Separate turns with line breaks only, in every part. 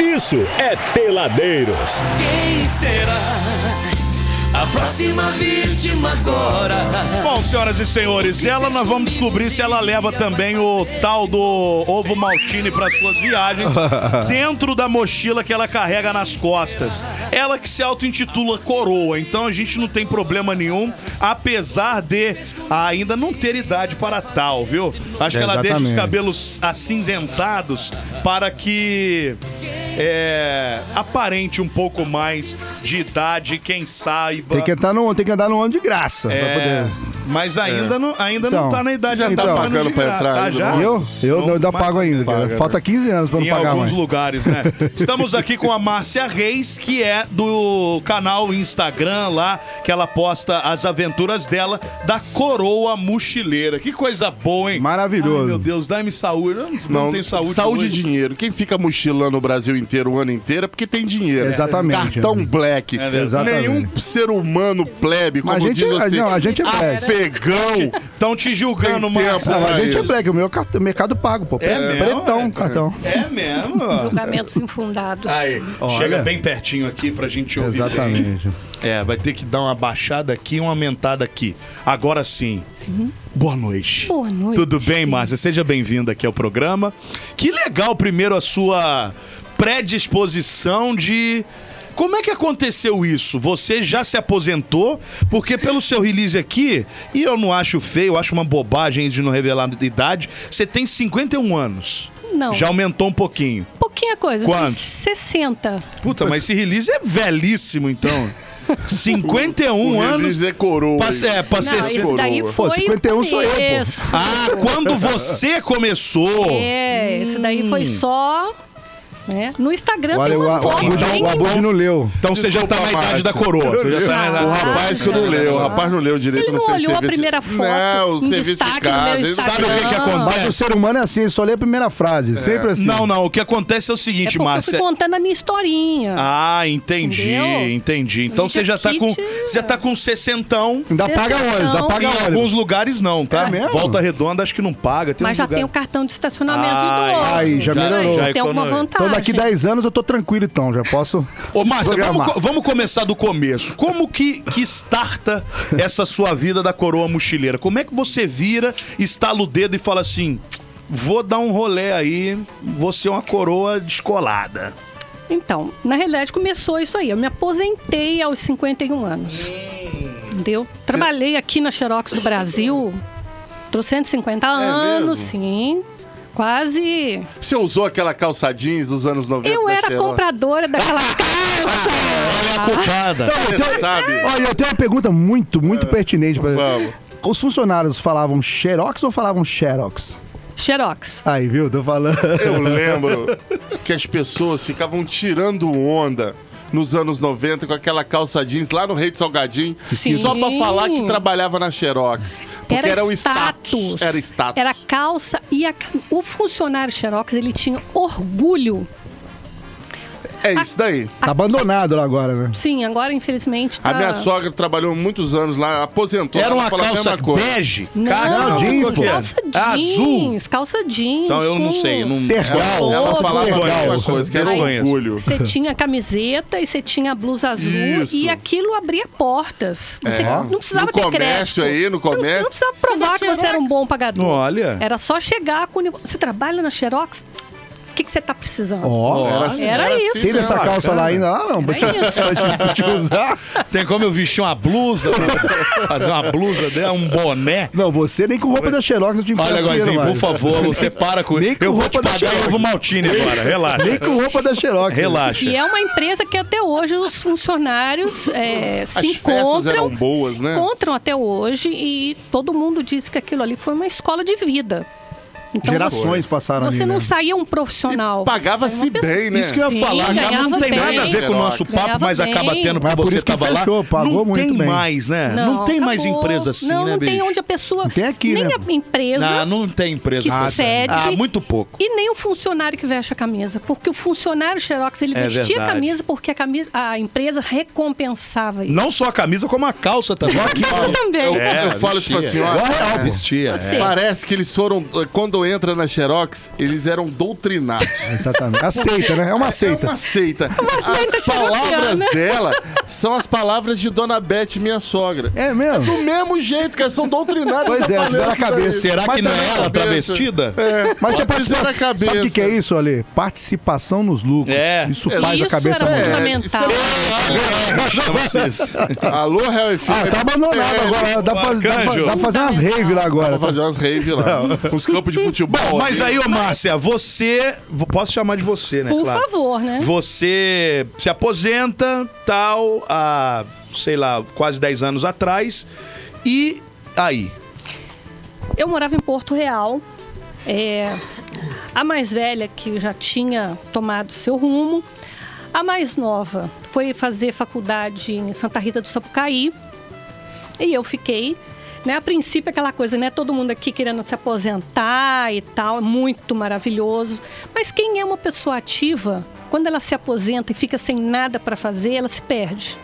isso é Peladeiros.
Quem será? A próxima vítima agora.
Bom, senhoras e senhores, ela nós vamos descobrir se ela leva também o tal do ovo maltine para suas viagens dentro da mochila que ela carrega nas costas. Ela que se auto-intitula coroa, então a gente não tem problema nenhum, apesar de ainda não ter idade para tal, viu? Acho que ela deixa os
Exatamente.
cabelos acinzentados para que é, aparente um pouco mais de idade, quem saiba.
Tem que, entrar no, tem que andar no ano de graça. pra
É,
poder-
mas ainda, não, ainda não
Então,
tá na idade
já tá
ainda
pagando
de
pra
graça,
entrar
tá
ainda,
já?
não?
né? Eu? Eu não, ainda
mas-
pago ainda. cara.
Paga,
Falta 15 anos pra não
Em
pagar
alguns
mais.
lugares, né? Estamos aqui com a Márcia Reis, que é do canal Instagram lá, que ela posta as aventuras dela da coroa mochileira. Que coisa boa, hein?
Maravilhoso.
Ai, meu Deus, dá-me saúde. Eu não, não, tenho saúde.
Saúde e
hoje.
dinheiro. Quem fica mochilando o Brasil inteiro o ano inteiro é porque tem dinheiro.
Exatamente.
Cartão black.
verdade.
Exatamente.
Nenhum ser humano plebe, como
Mas a gente
diz
é-
você,
não, a gente é black.
afegão.
Estão te julgando,
Tem tempo,
Márcia.
Ah, mas a gente é
Isso.
black, o meu car- mercado pago, pô.
É mesmo?
Pretão,
É.
cartão.
É mesmo?
Julgamentos infundados.
Aí,
Olha.
chega bem pertinho aqui pra gente ouvir. bem.
Exatamente.
É, vai ter que dar uma baixada aqui e uma aumentada aqui. Agora sim. Boa noite.
Boa noite.
Tudo bem, Márcia? Seja bem-vinda aqui ao programa. Que legal, primeiro, a sua predisposição de. Como é que aconteceu isso? Você já se aposentou? Porque pelo seu release aqui, e eu não acho feio, eu acho uma bobagem de não revelar a idade, você tem 51 anos.
Não.
Já aumentou um pouquinho.
Pouquinha coisa.
Quanto?
60.
Puta, mas esse release é velhíssimo, então. 51
O
anos.
release é coroa.
Pra, Um é, pra
Não,
ser.
isso daí
Pô,
foi.
51 sou eu, pô.
começo.
Ah, quando você começou.
É, isso daí foi só. né? No Instagram
Hum. Olha,
tem
o, o,
uma foto. bem-
Abud- o Abud não leu.
Então você já tá na
Desculpa,
idade da
Márcia.
coroa. Você já tá na idade
Ah,
O rapaz que não
já.
leu, o rapaz não leu direito
Ele
no
não
fez
olhou a
serviço.
primeira foto,
Não, o
um
serviço de
destaque no
casa.
meu
Ele sabe o é?
Sabe o que, que
Instagram.
acontece?
Mas o ser humano é assim, ele só lê a primeira frase. Sempre assim.
É. Não, não. O que acontece é o
É
seguinte,
porque eu
Márcia.
fui contando a minha historinha.
Ah, entendi,
Entendeu?
entendi. Então
Mídia
você já tá
kit,
com.
é.
Você já tá com sessentão.
Ainda paga
Sessão.
ônibus, ainda
Em
paga
alguns
ônibus.
lugares não, tá?
É mesmo?
Volta redonda, acho que não paga. Tem um
mas
uns
já tem um o
lugares-
cartão de estacionamento
Ai,
do outro.
ai, um já melhorou.
Já tem alguma
economia.
vantagem.
Então daqui 10 anos eu tô tranquilo, então. Já posso.
Ô, Márcia, vamos,
programar.
co- vamos começar do começo. Como que, que starta essa sua vida da coroa mochileira? Como é que você vira, estala o dedo e fala assim: vou dar um rolê aí, vou ser uma coroa descolada.
Então, na realidade começou isso aí. Eu me aposentei aos 51 anos. Entendeu? Trabalhei aqui na Xerox do Brasil. Trouxe 150 anos, sim. Quase.
Você usou aquela calça jeans dos anos 90?
Eu
É da
era
Xerox?
compradora daquela calça.
Culpada.
Eu
então-
Você
tenho-
sabe.
Olha, eu tenho uma pergunta muito, muito
É.
pertinente pra
Vamos.
Os funcionários falavam Xerox ou falavam Xerox?
Xerox.
Aí, viu? Tô falando.
Eu lembro que as pessoas ficavam tirando onda nos anos 90 com aquela calça jeans lá no Rei de Salgadinho,
Sim.
só pra falar que trabalhava na Xerox. Porque era, o status. Era status.
Era calça e a... ca- o funcionário Xerox, ele tinha orgulho.
É isso daí.
Tá abandonado lá agora, né?
Sim, agora infelizmente tá...
A minha sogra trabalhou muitos anos lá, aposentou.
Era
ela
uma
fala a
calça
mesma coisa.
bege?
Não,
jeans, pô.
calça jeans,
Ah, azul.
calça jeans.
Então eu não
com-
sei. eu Não...
Tergal.
Ela
Outro.
falava a mesma
Desconheço.
coisa, que era
Desconheço.
orgulho.
Você tinha camiseta e você tinha blusa azul
Isso. É.
e aquilo abria portas. Você não precisava
No
ter
comércio
crédito.
aí, no
Você não-
comércio.
Você não precisava provar que você era um bom pagador.
Olha.
Era só chegar com... o uniforme. Você trabalha na Xerox? O que, que você tá precisando?
Ó.
Era, assim,
Era isso.
assim
Tem
mesmo.
essa calça lá ainda? Ah, não.
É isso.
Pra te usar.
Tem como eu vestir uma blusa? né? fazer uma blusa dela, um boné?
Não, você nem com roupa da Xerox eu te
Olha,
empresto dinheiro
Goizinho, por
mais.
favor, você para com
Nem
isso.
com
Eu vou te
roupa da
pagar
Xerox.
ovo maltine agora.
Nem
Relaxa.
com roupa da Xerox.
Relaxa.
E é uma empresa que até hoje os funcionários é, se
festas eram
encontram.
boas,
se
né?
encontram até hoje e todo mundo diz que aquilo ali foi uma escola de vida. Então,
Gerações passaram
Você
ali,
não
né?
saía um profissional. você
Pagava-se
saía uma pessoa.
bem, né?
Isso que eu ia
Sim,
falar, cara, não
ganhava
tem
bem.
nada a ver com o nosso papo,
Xerox.
mas
Ganhava
acaba
bem.
tendo porque
Mas é por
você
isso que
tava lá.
fechou, pagou
não
muito
tem
bem.
mais, né? Não, tem mais
acabou.
empresa assim,
não,
né,
Não tem
bicho?
onde a pessoa.
Tem aqui,
nem
né?
a empresa.
Não, não tem empresa
que
assim.
cede.
Ah, muito pouco.
E nem o funcionário que veste a camisa. Porque o funcionário Xerox, ele
É
vestia
verdade.
a camisa porque a, camisa, a empresa recompensava isso.
Não É, só a camisa, como a calça também.
também.
Eu, eu falo isso
tipo
pra
assim,
vestia.
senhora.
é.
Vestia. é.
Você-
Parece que eles foram. eh, Quando quando entra na Xerox, eles eram doutrinados.
Exatamente. Aceita, né? É uma
É
aceita.
uma seita.
seita
As palavras
xeroxiana.
dela são as palavras de Dona Beth, minha sogra.
É mesmo?
Do mesmo jeito, que elas são doutrinadas. Tá
Pois é,
Essa
fizeram a
palavra-
cabeça. É.
Será
Mas
que não
tá
é
na
ela
cabeça.
travestida?
Mas tinha
Pode ser na
participação.
cabeça.
Sabe o que, que é isso, Ale? Participação nos lucros.
É.
Isso faz a
Isso
cabeça
era
mudar.
fundamental.
É,
Chama-se isso.
É, Alô, Harry Field.
Ah, tá abandonado
É.
agora. Dá pra, fazer- dá pra- dá pra fazer umas raves lá agora. tá.
Pra É, fazer umas raves lá. Uns campos de futebol.
Mas aí, ô Márcia, você. v- Posso chamar de você, né?
Por
claro.
favor, né?
Você se aposenta, tal, há, sei lá, quase 10 anos atrás. E aí?
Eu morava em Porto Real. é, a mais velha que já tinha tomado seu rumo. A mais nova foi fazer faculdade em Santa Rita do Sapucaí. E eu fiquei. Né, a princípio, aquela coisa, né? Todo mundo aqui querendo se aposentar e tal, é muito maravilhoso. Mas quem é uma pessoa ativa, quando ela se aposenta e fica sem nada para fazer, ela se perde.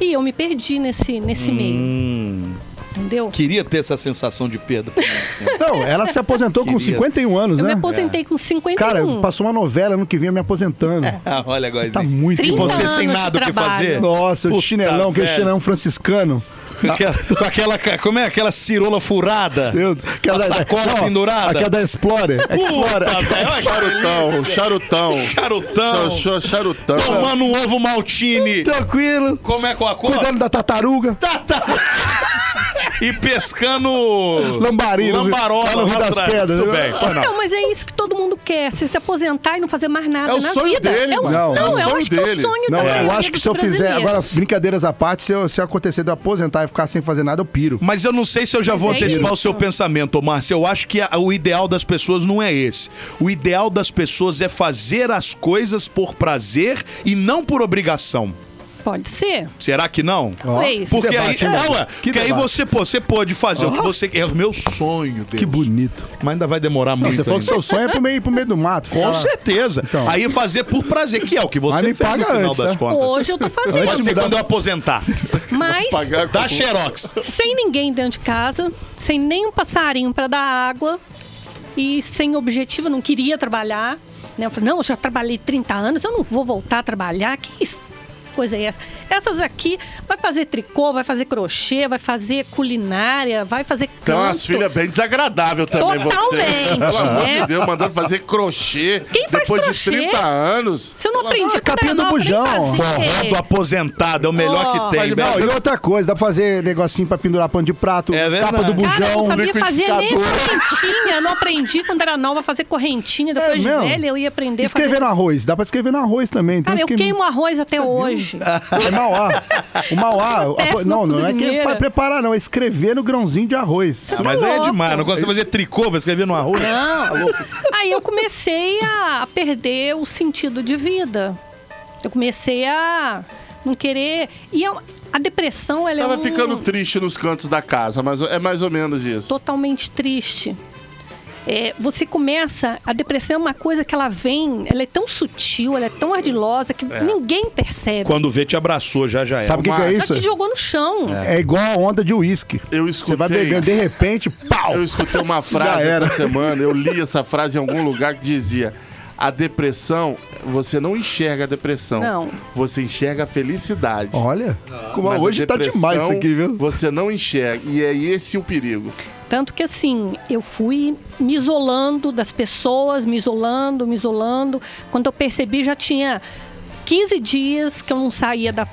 E eu me perdi nesse, nesse meio. Entendeu?
Queria ter essa sensação de perda.
Não, ela se aposentou com
Queria.
51 anos,
Eu
né?
me aposentei com 51.
Cara, passou uma novela ano que vem eu me aposentando.
Ah, Olha agora.
Tá muito
30
bom.
Você sem
anos de
nada o que
trabalho.
fazer?
Nossa, o
Puta
chinelão, aquele
velho.
chinelão franciscano.
Com aquela, com aquela ca- Como é? Aquela cirola furada.
Eu, é aquela
Uma sacola pendurada.
Aquela da Explorer. Explorer.
Puta, velho, olha
Charutão, charutão.
Charutão.
Char- char- Charutão.
Tomando um ovo maltine.
Tranquilo.
Como é com a cor?
Então, Cuidando da tartaruga.
Tá, tá. E pescando.
Lambarina.
Lambarola.
Lá no Rio
lá
das
atrás.
Pedras.
Muito bem. Foi não.
Não, mas é isso que todo mundo quer, se, se aposentar e não fazer mais nada
É o
na
sonho
vida.
dele,
é o,
mano.
não,
É o
eu
sonho
acho que é o
dele.
sonho
Não,
da
eu
maioria
acho que
dos
se eu fizer.
brasileiros.
Agora, brincadeiras à parte, se, eu- se acontecer de eu aposentar e ficar sem fazer nada, eu piro.
Mas eu não sei se eu já
Mas
vou
é
antecipar
isso.
o seu pensamento, ô, Márcia. Eu acho que a- o ideal das pessoas não é esse. O ideal das pessoas é fazer as coisas por prazer e não por obrigação.
Pode ser.
Será que não?
Talvez.
Porque
debate,
aí,
hein,
é,
Beto?
ué,
Que
porque aí
debate.
você, pô, você pode fazer o que você quer. É o meu sonho, Deus.
Que bonito.
Mas ainda vai demorar muito.
Você falou que
ainda.
seu sonho é pro meio, pro meio do mato.
Com
ficar lá.
certeza.
Então.
Aí fazer por prazer, que é o que você
Mas me
fez
paga
no final
antes,
das
né?
contas.
Hoje eu tô
Antes
Pode
de
ser
fazendo.
mudar-
quando eu aposentar.
mas
Pagar
tá
Dá xerox.
sem ninguém dentro de casa, sem nenhum passarinho para dar água e sem objetivo, eu não queria trabalhar. Né? Eu falei, não, eu já trabalhei 30 anos, eu não vou voltar a trabalhar. Que is- coisa é essa? Essas aqui vai fazer tricô, vai fazer crochê, vai fazer culinária, vai fazer canto.
Então, as filhas bem desagradável também, você.
Totalmente,
Pelo amor
né?
de Deus, mandando fazer crochê.
Quem faz
Depois
crochê?
de 30 anos.
Se eu não aprendi com
Ah, é capinha do
19, nem
bujão.
fazia.
Forró do aposentado é o melhor
Ó.
que tem,
Mas,
Não,
velho.
e outra coisa, dá pra fazer negocinho pra pendurar pano de prato,
É verdade.
capa do
Cara, eu não
bujão.
sabia fazer nem
liquidificador.
correntinha. Eu não aprendi quando era nova a fazer correntinha. Depois de
É mesmo?
velha, eu ia aprender a fazer- um
Escrever no arroz, dá pra escrever no arroz também. Tem
Cara,
uns
eu
que-
queimo arroz até hoje.
É Mauá. O Mauá.
Eu sou uma
a-
péssima
não, não é que
cozinheira.
vai preparar, não. É escrever no grãozinho de arroz.
Ah, mas aí é
louco.
demais. Não consegue fazer tricô, vai escrever no arroz.
Não. Aí eu comecei a a perder o sentido de vida. Eu comecei a não querer. E eu- a depressão, ela é
Tava
Então-
um...
ficando triste nos cantos da casa, mas é mais ou menos isso.
totalmente triste. É, você começa. A depressão é uma coisa que ela vem, ela é tão sutil, ela é tão ardilosa que ninguém percebe.
Quando vê, te abraçou, já já é.
Sabe o que, que é
Mas-
isso?
Só que um jogou no chão.
É igual a onda de uísque.
Eu
Você vai
escutei.
bebendo, de repente, pau!
Eu escutei uma frase
Já era.
essa semana, eu li essa frase em algum lugar que dizia: A depressão, você não enxerga a depressão.
Não.
Você enxerga a felicidade.
Olha, como
Mas a
hoje tá
depressão,
demais isso aqui, viu?
Você não enxerga. E é esse o perigo.
Tanto que assim, eu fui me isolando das pessoas, me isolando, me isolando. Quando eu percebi, já tinha 15 dias que eu não saía da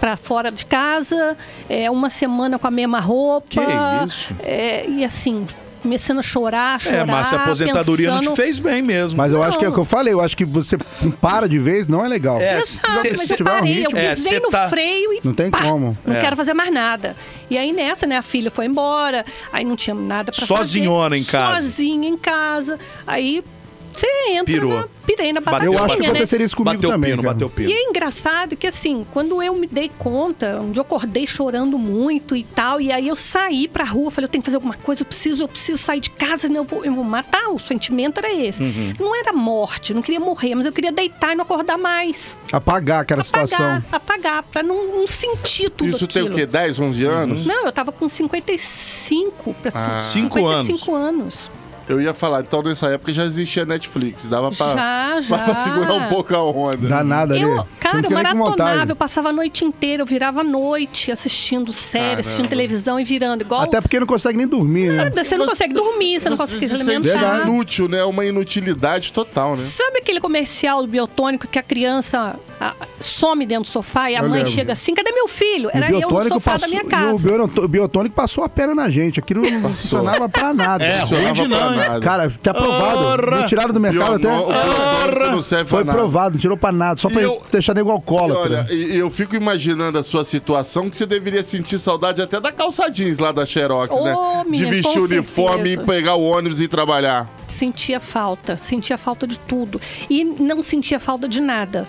para fora de casa, é, uma semana com a mesma roupa.
Que isso?
É, e assim, começando a chorar, chorar.
É, Márcia, a aposentadoria não
pensando-
te fez bem mesmo.
Mas eu acho que é o que eu falei, eu acho que você para de vez não é legal.
É,
Exato,
cê-
mas
cê-
eu parei, eu
É,
pisei
cê
no
tá-
freio e
Não tem
pá,
como.
Não
É.
quero fazer mais nada. E aí nessa, né, a filha foi embora, aí não tinha nada pra
Sozinhona
fazer.
em casa.
Sozinha em casa. Aí você entra,
Pirou.
na, pirei na
Bateu,
batatinha,
eu acho que
né?
aconteceria é isso comigo
bateu
também.
pino,
cara.
bateu pino.
E é engraçado que assim, quando eu me dei conta, onde eu acordei chorando muito e tal, e aí eu saí pra rua, falei, eu tenho que fazer alguma coisa, eu preciso, eu preciso sair de casa, senão eu vou, eu vou matar. O sentimento era esse.
Uhum.
Não era morte, eu não queria morrer, mas eu queria deitar e não acordar mais
Apagar aquela situação.
apagar, apagar, pra não, não sentir tudo
isso tem
aquilo.
o quê?
Uhum.
Ah. 10, 11 anos?
Não, eu tava com 55 para
Cinco anos.
55 anos.
Eu ia falar, então nessa época já existia Netflix, dava pra,
Já, já.
pra segurar um pouco a onda.
Danada ali.
Eu,
Você não
cara, eu
fica nem com
maratonava,
vontade.
eu passava a noite inteira, eu virava a noite assistindo série, assistindo televisão e virando, igual.
Até porque não consegue nem dormir, né?
Você não consegue dormir, você não consegue se alimentar.
inútil, né? É Uma inutilidade total, né?
Sabe aquele comercial do biotônico que a criança ah, some dentro do sofá e a
Eu
mãe
lembro.
chega assim, cadê meu filho?
E o
Era eu no sofá
passou,
da minha
e o
casa.
bioto- biotônico passou a pena na gente. Aquilo não funcionava pra nada.
É, ruim
Funcionava
de
pra
não, hein?
nada.
Cara, tá aprovado.
Ora!
Me tiraram do mercado
Pior,
até.
não, o biotônico não serve
Foi
pra nada.
provado, não tirou pra nada, só pra
E eu-
deixar nego
E
alcoólatra.
olha, e- e eu fico imaginando a sua situação que você deveria sentir saudade até da calça jeans lá da Xerox,
Ô,
né? De
minha,
vestir
com
o uniforme e
certeza.
pegar o ônibus e trabalhar.
Sentia falta, sentia falta de tudo. E não sentia falta de nada.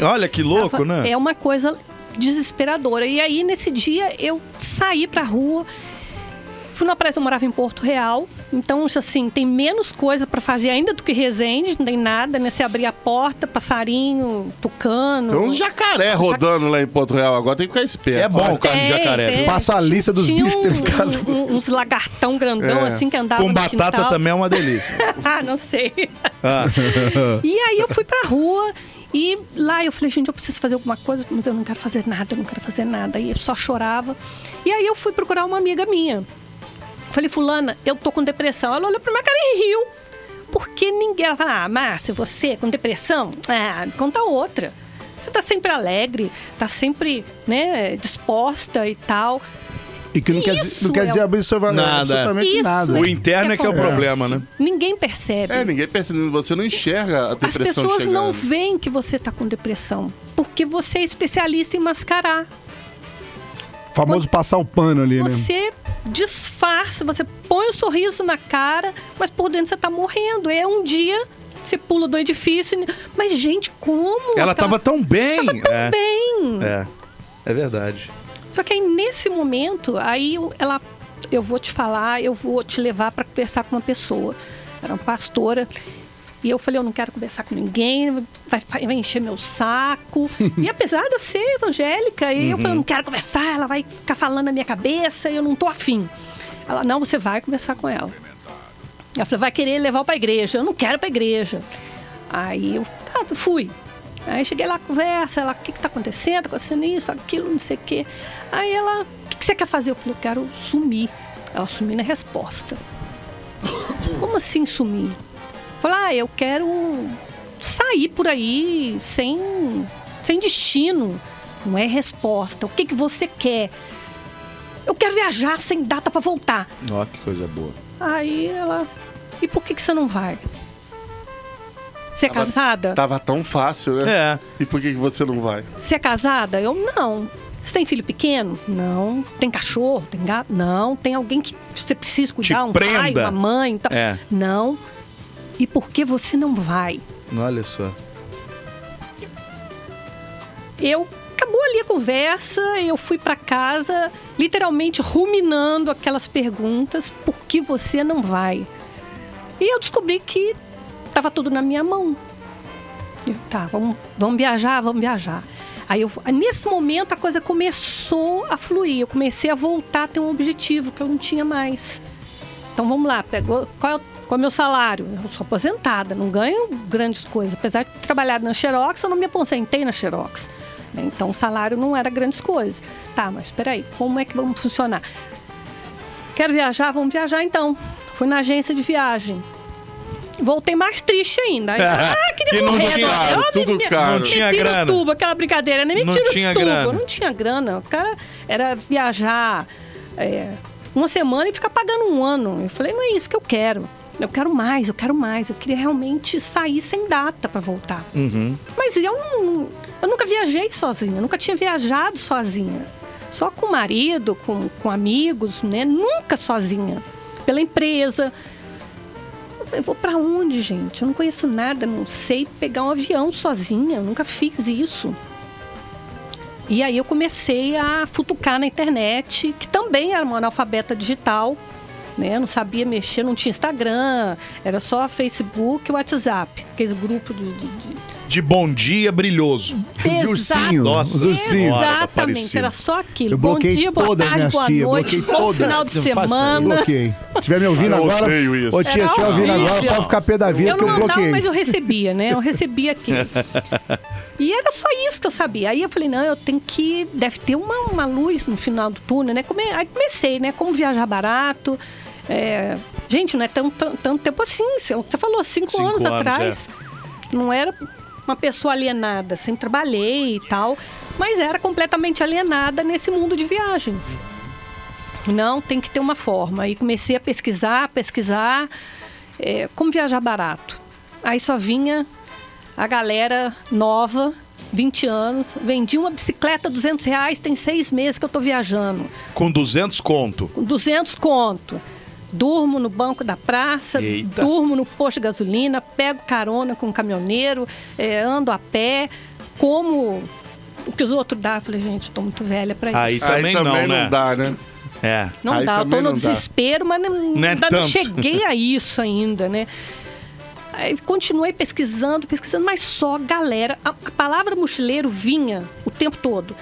Olha que louco, né?
É uma coisa desesperadora. E aí, nesse dia, eu saí pra rua. Fui numa praia, eu morava em Porto Real. Então, assim, tem menos coisa pra fazer ainda do que Resende. Não tem nada, né? Você abrir a porta, passarinho, tucano.
Tem uns jacaré rodando lá em Porto Real, agora tem que ficar esperto.
É bom o
Tem,
carne de jacaré. né?
tem.
Passa a lista dos
Tinha
bichos que teve em casa.
um- um- uns lagartão grandão,
É.
assim, que andava
Com
no
batata
quintal.
também é uma delícia.
ah, não sei.
Ah.
e aí eu fui pra rua e lá eu falei, gente, eu preciso fazer alguma coisa, mas eu não quero fazer nada, eu não quero fazer nada. E eu só chorava. E aí eu fui procurar uma amiga minha. Falei, fulana, eu tô com depressão. Ela olhou pra minha cara e riu. Porque ninguém... Ela fala, ah, Márcia, você com depressão? Ah, me conta outra. Você tá sempre alegre, tá sempre, né, disposta e tal.
E que não quer, dizer-
Isso
não quer
é
dizer
o-
absolutamente
Nada.
absolutamente
Isso
nada.
O interno é que é o
acontece.
problema, né?
Ninguém percebe.
É, ninguém percebendo, você não enxerga a
As
depressão
pessoas
chegando.
não veem que você tá com depressão. Porque você é especialista em mascarar.
Famoso passar o pano ali, né?
Você disfarça, você põe o sorriso na cara, mas por dentro você tá morrendo. É um dia, você pula do edifício. e- Mas, gente, como?
Ela
Aquela-
tava tão bem. é.
bem.
É. É verdade.
Só que aí, nesse momento, aí eu- ela, eu vou te falar, eu vou te levar para conversar com uma pessoa. Era uma pastora. E eu falei, eu não quero conversar com ninguém, vai, fa- vai encher meu saco. e apesar de eu ser evangélica, e eu falei, eu não quero conversar, ela vai ficar falando na minha cabeça, e eu não tô afim. Ela, não, você vai conversar com ela. Ela falou, vai querer levar pra igreja. Eu não quero pra igreja. Aí eu tá, fui. Aí cheguei lá, conversa, ela, o que que tá acontecendo? Tá acontecendo isso, aquilo, não sei o quê. Aí ela, o que, que você quer fazer? Eu falei, eu quero sumir. Ela sumiu na resposta. Como assim sumir? Falei, ah, eu quero sair por aí sem, sem destino. Não é resposta. O que, que você quer? Eu quero viajar sem data pra voltar.
Ó, que coisa boa.
Aí ela. E por que, que você não vai? Você é casada?
tá
Tava tão fácil, né?
É.
E por que, que você não vai?
Você é casada? Eu não. Você tem filho pequeno? Não. Tem cachorro? Tem gato? Não. Tem alguém que você precisa cuidar? um pai,
prenda.
uma mãe? Tá?
É.
Não. E por que você não vai?
Olha só.
eu acabou ali a conversa, eu fui pra casa, literalmente ruminando aquelas perguntas, por que você não vai? E eu descobri que tava tudo na minha mão. Eu, tá, vamos, vamos viajar, vamos viajar. Aí eu, nesse momento a coisa começou a fluir, eu comecei a voltar a ter um objetivo que eu não tinha mais. Então vamos lá, pegou, qual, é o- qual é o meu salário? Eu sou aposentada, não ganho grandes coisas. Apesar de ter trabalhado na Xerox, eu não me aposentei na Xerox. né? Então o salário não era grandes coisas. Tá, mas peraí, como é que vamos funcionar? Quero viajar? Vamos viajar então. Fui na agência de viagem. Voltei mais triste ainda. Aí, ah, queria
Que não
morrer.
tinha-
agora. Eu
tudo
me-
caro.
me
Não tinha
tira os
grana.
tubo, aquela brincadeira, né? Me
Não
tira os
tinha
tubo.
grana.
Não tinha grana. O cara era viajar é, uma semana e ficar pagando um ano. Eu falei, não é isso que eu quero. Eu quero mais, eu quero mais. Eu queria realmente sair sem data pra voltar.
Uhum.
Mas eu, não- eu nunca viajei sozinha, eu nunca tinha viajado sozinha. Só com o marido, com, com amigos, né? Nunca sozinha. Pela empresa. Eu vou pra onde, gente? Eu não conheço nada, não sei pegar um avião sozinha, eu nunca fiz isso. E aí eu comecei a futucar na internet, que também era uma analfabeta digital, né? Não sabia mexer, não tinha Instagram, era só Facebook e WhatsApp, aqueles grupos de, de- de- de
de bom dia brilhoso.
De ursinho.
Nossa
Os ursinhos.
Senhora.
Exatamente,
Aparecida.
era só aquilo.
tá Eu
Bom
bloqueei
dia, boa
todas
tarde,
minhas
boa
tias,
noite,
bloqueei
bom
todas.
final de
Não
é
faça isso, eu
semana.
Bloqueei. Se estiver me ouvindo
Ah, eu
agora.
odeio isso.
Ô, tia, se
Era
estiver ouvindo
horrível.
agora, pode ficar pé da vida
eu
que eu
não mandava,
bloqueei.
mas eu recebia, né? Eu recebia aquilo. E era só isso que eu sabia. Aí eu falei, não, eu tenho que. Deve ter uma, uma luz no final do túnel, né? Come- Aí comecei, né? Como viajar barato. é, Gente, não é tão, tão- tanto tempo assim. Você você falou cinco,
Cinco
anos,
anos,
atrás. Não era uma pessoa alienada. Sempre trabalhei e tal. Mas era completamente alienada nesse mundo de viagens. Não, tem que ter uma forma. E comecei a pesquisar, pesquisar é, como viajar barato. Aí só vinha a galera nova, 20 anos, vendi uma bicicleta 200 reais, tem seis meses que eu tô viajando.
Com 200 conto.
Com 200 conto. Durmo no banco da praça,
Eita.
durmo no posto de gasolina, pego carona com um caminhoneiro, é, ando a pé, como o que os outros dão. Eu Falei, gente, eu tô muito velha pra isso.
Aí também,
Aí
não,
também
né?
dá, né?
É.
Não
Aí
dá, eu tô
também
no
não dá.
desespero, mas não,
Não é
ainda
tanto.
não cheguei a isso ainda, né? Aí continuei pesquisando, pesquisando, mas só galera. A, a palavra mochileiro vinha o tempo todo.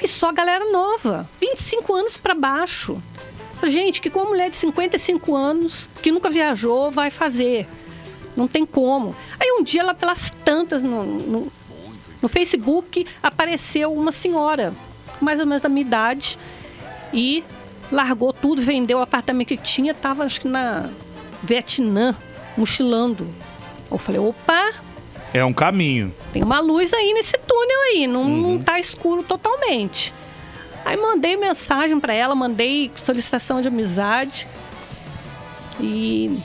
Mas só galera nova, 25 anos pra baixo. Gente, que com uma mulher de 55 anos, que nunca viajou, vai fazer. Não tem como. Aí um dia, lá pelas tantas, no, no- no Facebook, apareceu uma senhora, mais ou menos da minha idade, e largou tudo, vendeu o apartamento que tinha, estava acho que na Vietnã, mochilando. Eu falei, opa,
É um caminho.
tem uma luz aí nesse túnel aí, não, não tá escuro totalmente. Aí mandei mensagem para ela, mandei solicitação de amizade e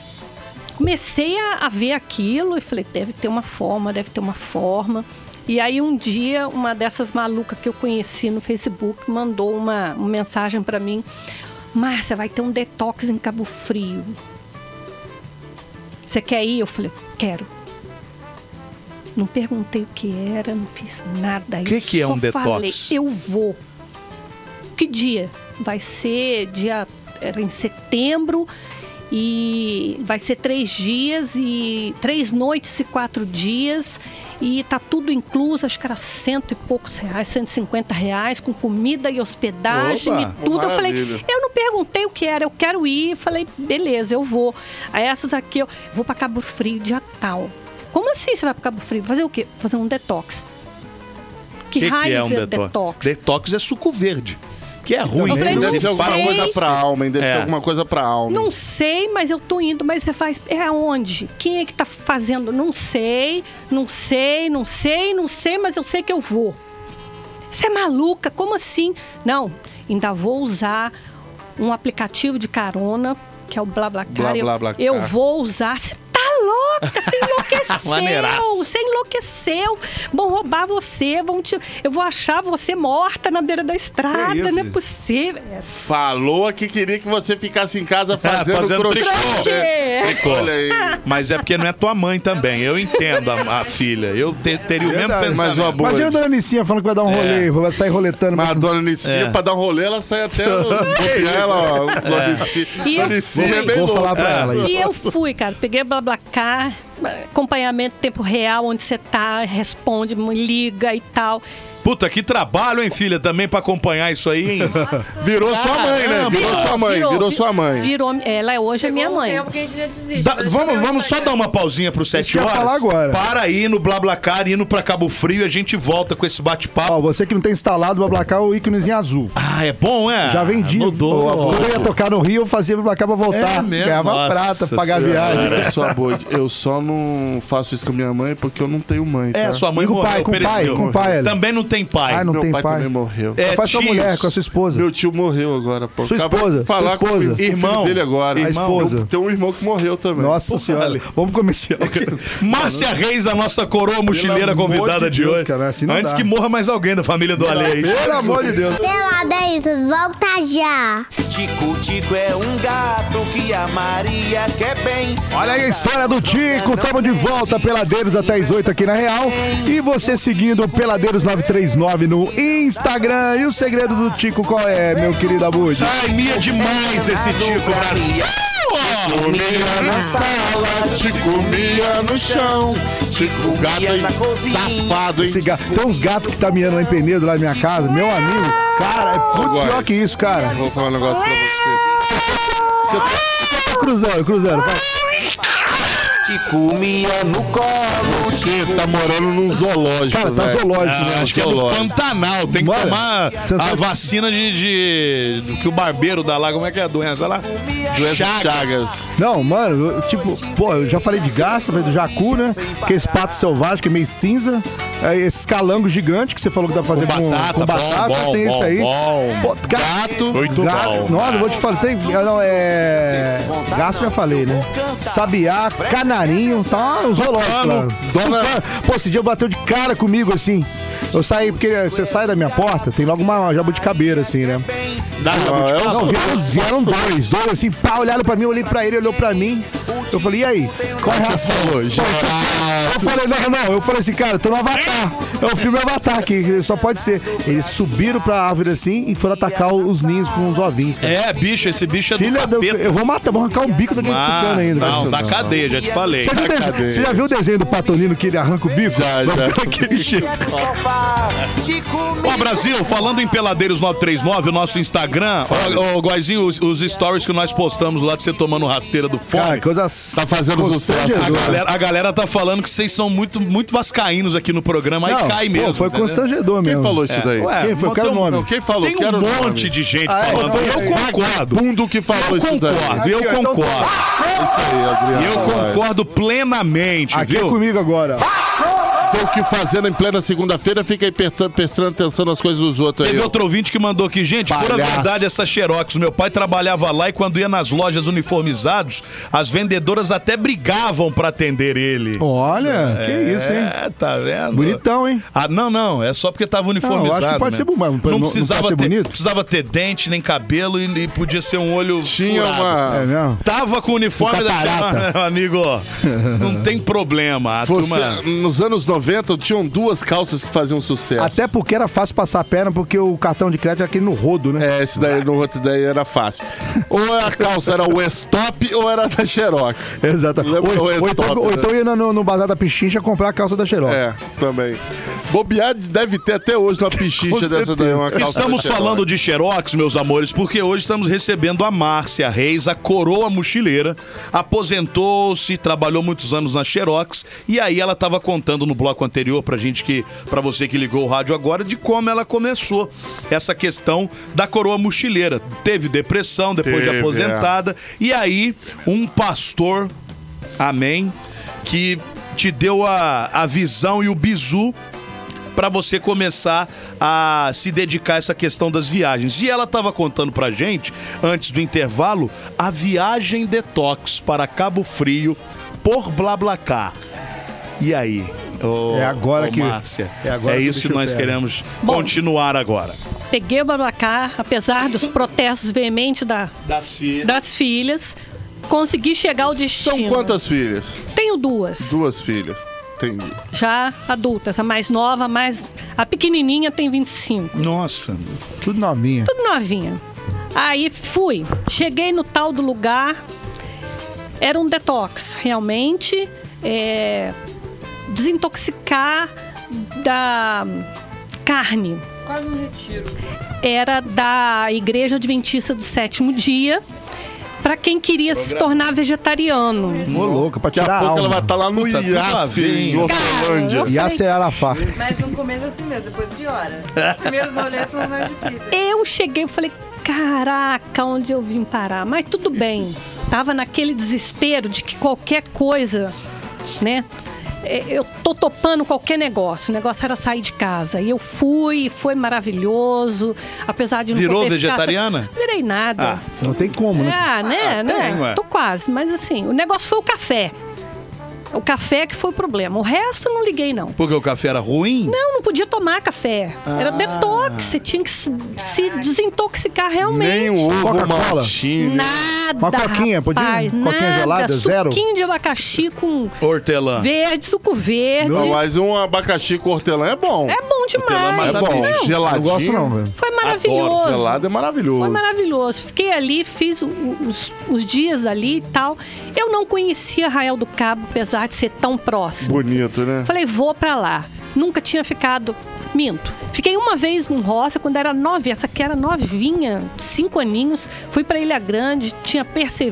comecei a, a ver aquilo e falei, deve ter uma forma, deve ter uma forma. E aí um dia uma dessas malucas que eu conheci no Facebook mandou uma, uma mensagem para mim, Márcia, vai ter um detox em Cabo Frio. Você quer ir? Eu falei, quero. Não perguntei o que era, não fiz nada.
Que
Eu
que é
só
um detox?
Falei, eu vou. Que dia? Vai ser dia era em setembro e vai ser três dias e três noites e quatro dias e tá tudo incluso, acho que era cento e poucos reais, 150 reais, com comida e hospedagem
Opa,
e tudo. Eu falei,
maravilha.
eu não perguntei o que era, eu quero ir. Falei, beleza, eu vou. Aí essas aqui, eu vou para Cabo Frio dia tal. Como assim você vai para Cabo Frio? Fazer o quê? Fazer um detox. Que,
Que que
raiz
é um detox?
detox? Então,
Detox é suco verde. Que é ruim.
Eu falei,
né?
não
Deve ser alguma
sei.
coisa pra alma, hein? Deve
É.
ser alguma coisa pra alma.
Não sei, mas eu tô indo. Mas você faz. É aonde? Quem é que tá fazendo? Não sei, não sei, não sei, não sei, mas eu sei que eu vou. Você é maluca? Como assim? Não, ainda vou usar um aplicativo de carona, que é o BlaBlaCar.
Blá,
Eu-
blá, blá,
eu
car.
vou usar. Você tá louca? Você enlouqueceu!
Maneiraço.
você enlouqueceu! Vão roubar você, vão te. Eu vou achar você morta na beira da estrada,
isso,
não é
gente?
possível. É
Falou que queria que você ficasse em casa É, fazendo,
fazendo
crochê.
crochê.
Tricô. Olha aí.
Mas é porque não é tua mãe também. Eu entendo a, a filha. Eu te-
É
teria o mesmo
Verdade,
pensamento.
mas uma boa.
Imagina a dona Nicinha falando que vai dar um rolê, vai sair roletando.
Mas a
Mas...
dona Nicia, pra dar um rolê, ela sai até... no- copiar ela, ó. Dona Nicia,
E
Dona
eu-
Nicia é
Vou-
bem
Vou
louca.
falar pra ela isso.
E eu fui, cara. Peguei BlaBlaCar, acompanhamento em tempo real, onde você tá, responde, me liga e tal.
Puta, que trabalho, hein, filha, também pra acompanhar isso aí, hein?
Virou
Ah,
sua mãe, né? Virou sua mãe, virou sua mãe.
Virou, ela é hoje é minha mãe.
Tem um tempo que a gente já desiste.
Dá-
Mas
vamos,
eu
vamos só
gostaria.
dar uma pausinha pro 7
que eu ia
horas.
falar agora.
Para aí no BlaBlaCar, indo pra Cabo Frio e a gente volta com esse bate-papo.
Ó, você que não tem instalado o Blablacar, o íconezinho azul.
Ah, é bom, é?
Já vendi.
Mudou.
Quando eu ia tocar no Rio, eu fazia Blablacar pra voltar.
É mesmo?
Ganhava
Nossa
prata pra pagar a
Senhora.
viagem.
Eu sou a Bode. Eu só não faço isso com minha mãe porque eu não tenho mãe, tá?
É, sua mãe
E com o
morreu,
pai, com o pai,
pereceu.
com o pai, Hélio.
Também não tem pai.
Ah, não
Meu
tem
pai,
pai.
também morreu.
É,
Faz sua
tios.
mulher, com a sua esposa.
Meu tio morreu agora, pô.
Sua
Acabei
esposa,
de falar
sua
com o
esposa.
filho
Irmão,
dele agora.
a
esposa.
Eu- Tem um irmão que morreu também.
Nossa senhora. Vamos pro comercial.
Márcia Reis, a nossa coroa mochileira
amor
convidada
de
de,
Deus,
hoje.
cara, assim não
Antes
dá.
que morra mais alguém da família do Ale aí.
Pelo amor de Deus.
Peladeiros, volta já!
Tico Tico é um gato que a Maria quer bem.
Olha aí a história do Tico, tamo de volta, Peladeiros até as 8 aqui na Real. E você seguindo o Peladeiros 939 no Instagram. E o segredo do Tico qual é, meu querido Abud?
tipo,
Ai, mia demais esse Tico Brasil.
é Comia na sala, te comia no chão, te comia
Gato
na
na cozinha.
safado, hein?
Esse gato- Tem uns gatos que tá miando lá em Penedo, lá na minha casa. Meu amigo, cara, é muito
Agora.
pior que isso, cara.
Vou falar um negócio pra você.
Cruzando, cruzando. vai.
Te comia no colo, te
Você tá morando num zoológico,
Cara, tá
velho.
zoológico, né?
Acho que é no Pantanal, tem que
Bora.
tomar
Você tá-
a vacina de, de- do que o barbeiro dá lá, como é que é a doença lá?
Doença Chagas.
Não, mano, eu, tipo, pô, eu já falei de garça, falei do jacu, né? Que é esse pato selvagem, que é meio cinza. É Aí esses calangos gigantes que você falou que dá pra fazer com, com batata,
batata, bom, bom,
tem isso
bom,
aí.
bom.
Pô, ga-
Gato, muito
É. gato,
bom.
Nossa, eu vou te falar, tem. ah, Não, é. Gasto já falei, né? Sabiá, canarinho, tá um zoológico lá. Tucano. Pô, esse dia bateu de cara comigo assim. Eu saí, porque você sai da minha porta, tem logo uma jabuticabeira assim, né?
Dá jabuticaba?
Não, vieram, vieram dois, dois assim, pá, olharam pra mim, eu olhei pra ele, olhou pra mim. Eu falei, e aí? Qual é a reação? Eu falei, não, não, eu falei assim, cara, tô no Avatar. É o filme Avatar aqui, só pode ser. Eles subiram pra árvore assim e foram atacar os ninhos com os ovinhos, cara.
É, bicho, esse bicho é do
Filha, do,
capeta.
eu vou matar, vou arrancar um bico daquele
Ah,
tucano ainda. cara.
não, da cadeia, já te falei.
Você, viu o desenho- você já viu o desenho do Patolino que ele arranca o bico?
Já, já.
Daquele jeito.
no sofá, te comia.
Ó, Brasil, falando em Peladeiros 939, o nosso Instagram, ó, ó, Guaizinho, os, os stories que nós postamos lá de você tomando rasteira do fome.
Cara, é coisa. né?
Tá fazendo sucesso.
a,
constrangedora.
galera, a galera tá falando que vocês são muito, muito vascaínos aqui no programa, aí
Não,
cai
pô,
mesmo.
foi
entendeu?
constrangedor
Quem
mesmo.
falou isso daí?
É. Ué, Quem foi? Eu
Bota
quero
um-
o nome.
Quem falou?
Tem
Quero
um
o nome.
monte de gente
Ah, é?
falando.
Não,
eu
é-
concordo.
Vagabundo que falou
Eu
isso daí.
concordo, eu
Aqui, ó, então-
concordo.
Isso aí, Adriano.
Eu concordo plenamente,
Aqui é
viu?
comigo agora.
Tô o que fazendo em plena segunda-feira, fica aí perta- prestando atenção nas coisas dos outros aí.
Teve
ó.
outro ouvinte que mandou aqui, gente, pura
Palhaço.
verdade essa Xerox. Meu pai trabalhava lá e quando ia nas lojas uniformizados, as vendedoras até brigavam pra atender ele.
Olha, que isso, hein?
É, tá vendo?
Bonitão, hein?
Ah, não, não, é só porque tava uniformizado.
Não, eu acho que pode
né?
ser bom, mas não-
não
não
precisava
pode ser
ter,
bonito?
precisava ter dente nem cabelo e, e podia ser um olho
Tinha
furado.
uma.
É mesmo?
Tava com o uniforme
Um
da
catarata.
Xerox, amigo. Não tem problema. A
Você-
turma-
nos anos 90 tinham duas calças que faziam sucesso.
É. Até porque era fácil passar a perna, porque o cartão de crédito era aquele no rodo, né?
É, esse daí no outro daí era fácil. Ou a calça era West Top ou era da Xerox.
Exatamente.
Lembra
Ou,
o
ou então,
Westop,
ou
né?
então ia no, no bazar da Pichincha comprar a calça da Xerox.
É, também. Bobear deve ter até hoje uma pichincha dessa daí, uma calça
Estamos
da Xerox.
falando de Xerox, meus amores, porque hoje estamos recebendo a Márcia Reis, a coroa mochileira. Aposentou-se, trabalhou muitos anos na Xerox e aí ela estava contando no bloco anterior pra gente que, pra você que ligou o rádio agora, de como ela começou essa questão da coroa mochileira. Teve depressão depois de
Teve,
aposentada e aí um pastor, amém, que te deu a, a visão e o bizu para você começar a se dedicar a essa questão das viagens. E ela estava contando pra gente, antes do intervalo, a viagem detox para Cabo Frio por Blablacar. E aí? ô-
É agora
ô,
que-
Márcia, é,
é agora que o
isso que
bicho
nós
pega.
queremos
Bom.
continuar agora.
Peguei o Babacar, apesar dos protestos veementes da,
Das filhas.
das filhas, consegui chegar ao destino.
São quantas filhas?
Tenho duas,
Duas filhas. Entendi.
já adultas. A mais nova, a mais... A pequenininha tem 25.
Nossa.
Tudo novinha.
tudo novinha. Aí fui, cheguei no tal do lugar, era um detox, realmente, é, desintoxicar da carne.
Quase um retiro.
Era da Igreja Adventista do Sétimo Dia, para quem queria se tornar vegetariano.
Ô, louco, pra
Daqui
tirar a
a pouco ela vai
alma.
estar lá no
Puta, tudo a
IASP,
ver,
em
hein?
Hortolândia.
E a Cearafá.
Mas não começa assim mesmo, depois piora. Os primeiros rolês são os mais difíceis.
Eu cheguei e falei, caraca, onde eu vim parar? Mas tudo bem. Tava naquele desespero de que qualquer coisa, né? É, Eu tô topando qualquer negócio. O negócio era sair de casa. E eu fui, foi maravilhoso. Apesar de não
Virou
poder ficar-
vegetariana? Ah,
Virei nada.
Não tem como, né?
Ah, né? né?
tem, ué.
Tô quase, mas assim, o negócio foi o café. O café que foi o problema. O resto eu não liguei, não.
Porque o café era ruim?
Não, não podia tomar café.
Ah.
Era detox. Você tinha que se, se desintoxicar realmente.
Nem um ovo
Coca-Cola.
maltinho.
Nada.
Uma coquinha, podia?
rapaz,
Coquinha
nada.
gelada, zero?
Suquinho de abacaxi com
Hortelã.
verde, suco verde.
Não, mas um abacaxi com hortelã é bom.
É bom
Hortelã
demais.
É
Tá
bom,
bem.
geladinho.
Não gosto não, velho.
Foi maravilhoso.
Gelado é maravilhoso.
Foi maravilhoso. Fiquei ali, fiz o- o- os, os dias ali e tal. Eu não conhecia Arraial do Cabo, apesar de ser tão próximo.
Bonito, né?
Falei, vou pra lá. Nunca tinha ficado. Minto. Fiquei uma vez num roça quando era nove, essa aqui era novinha, cinco aninhos. Fui pra Ilha Grande, tinha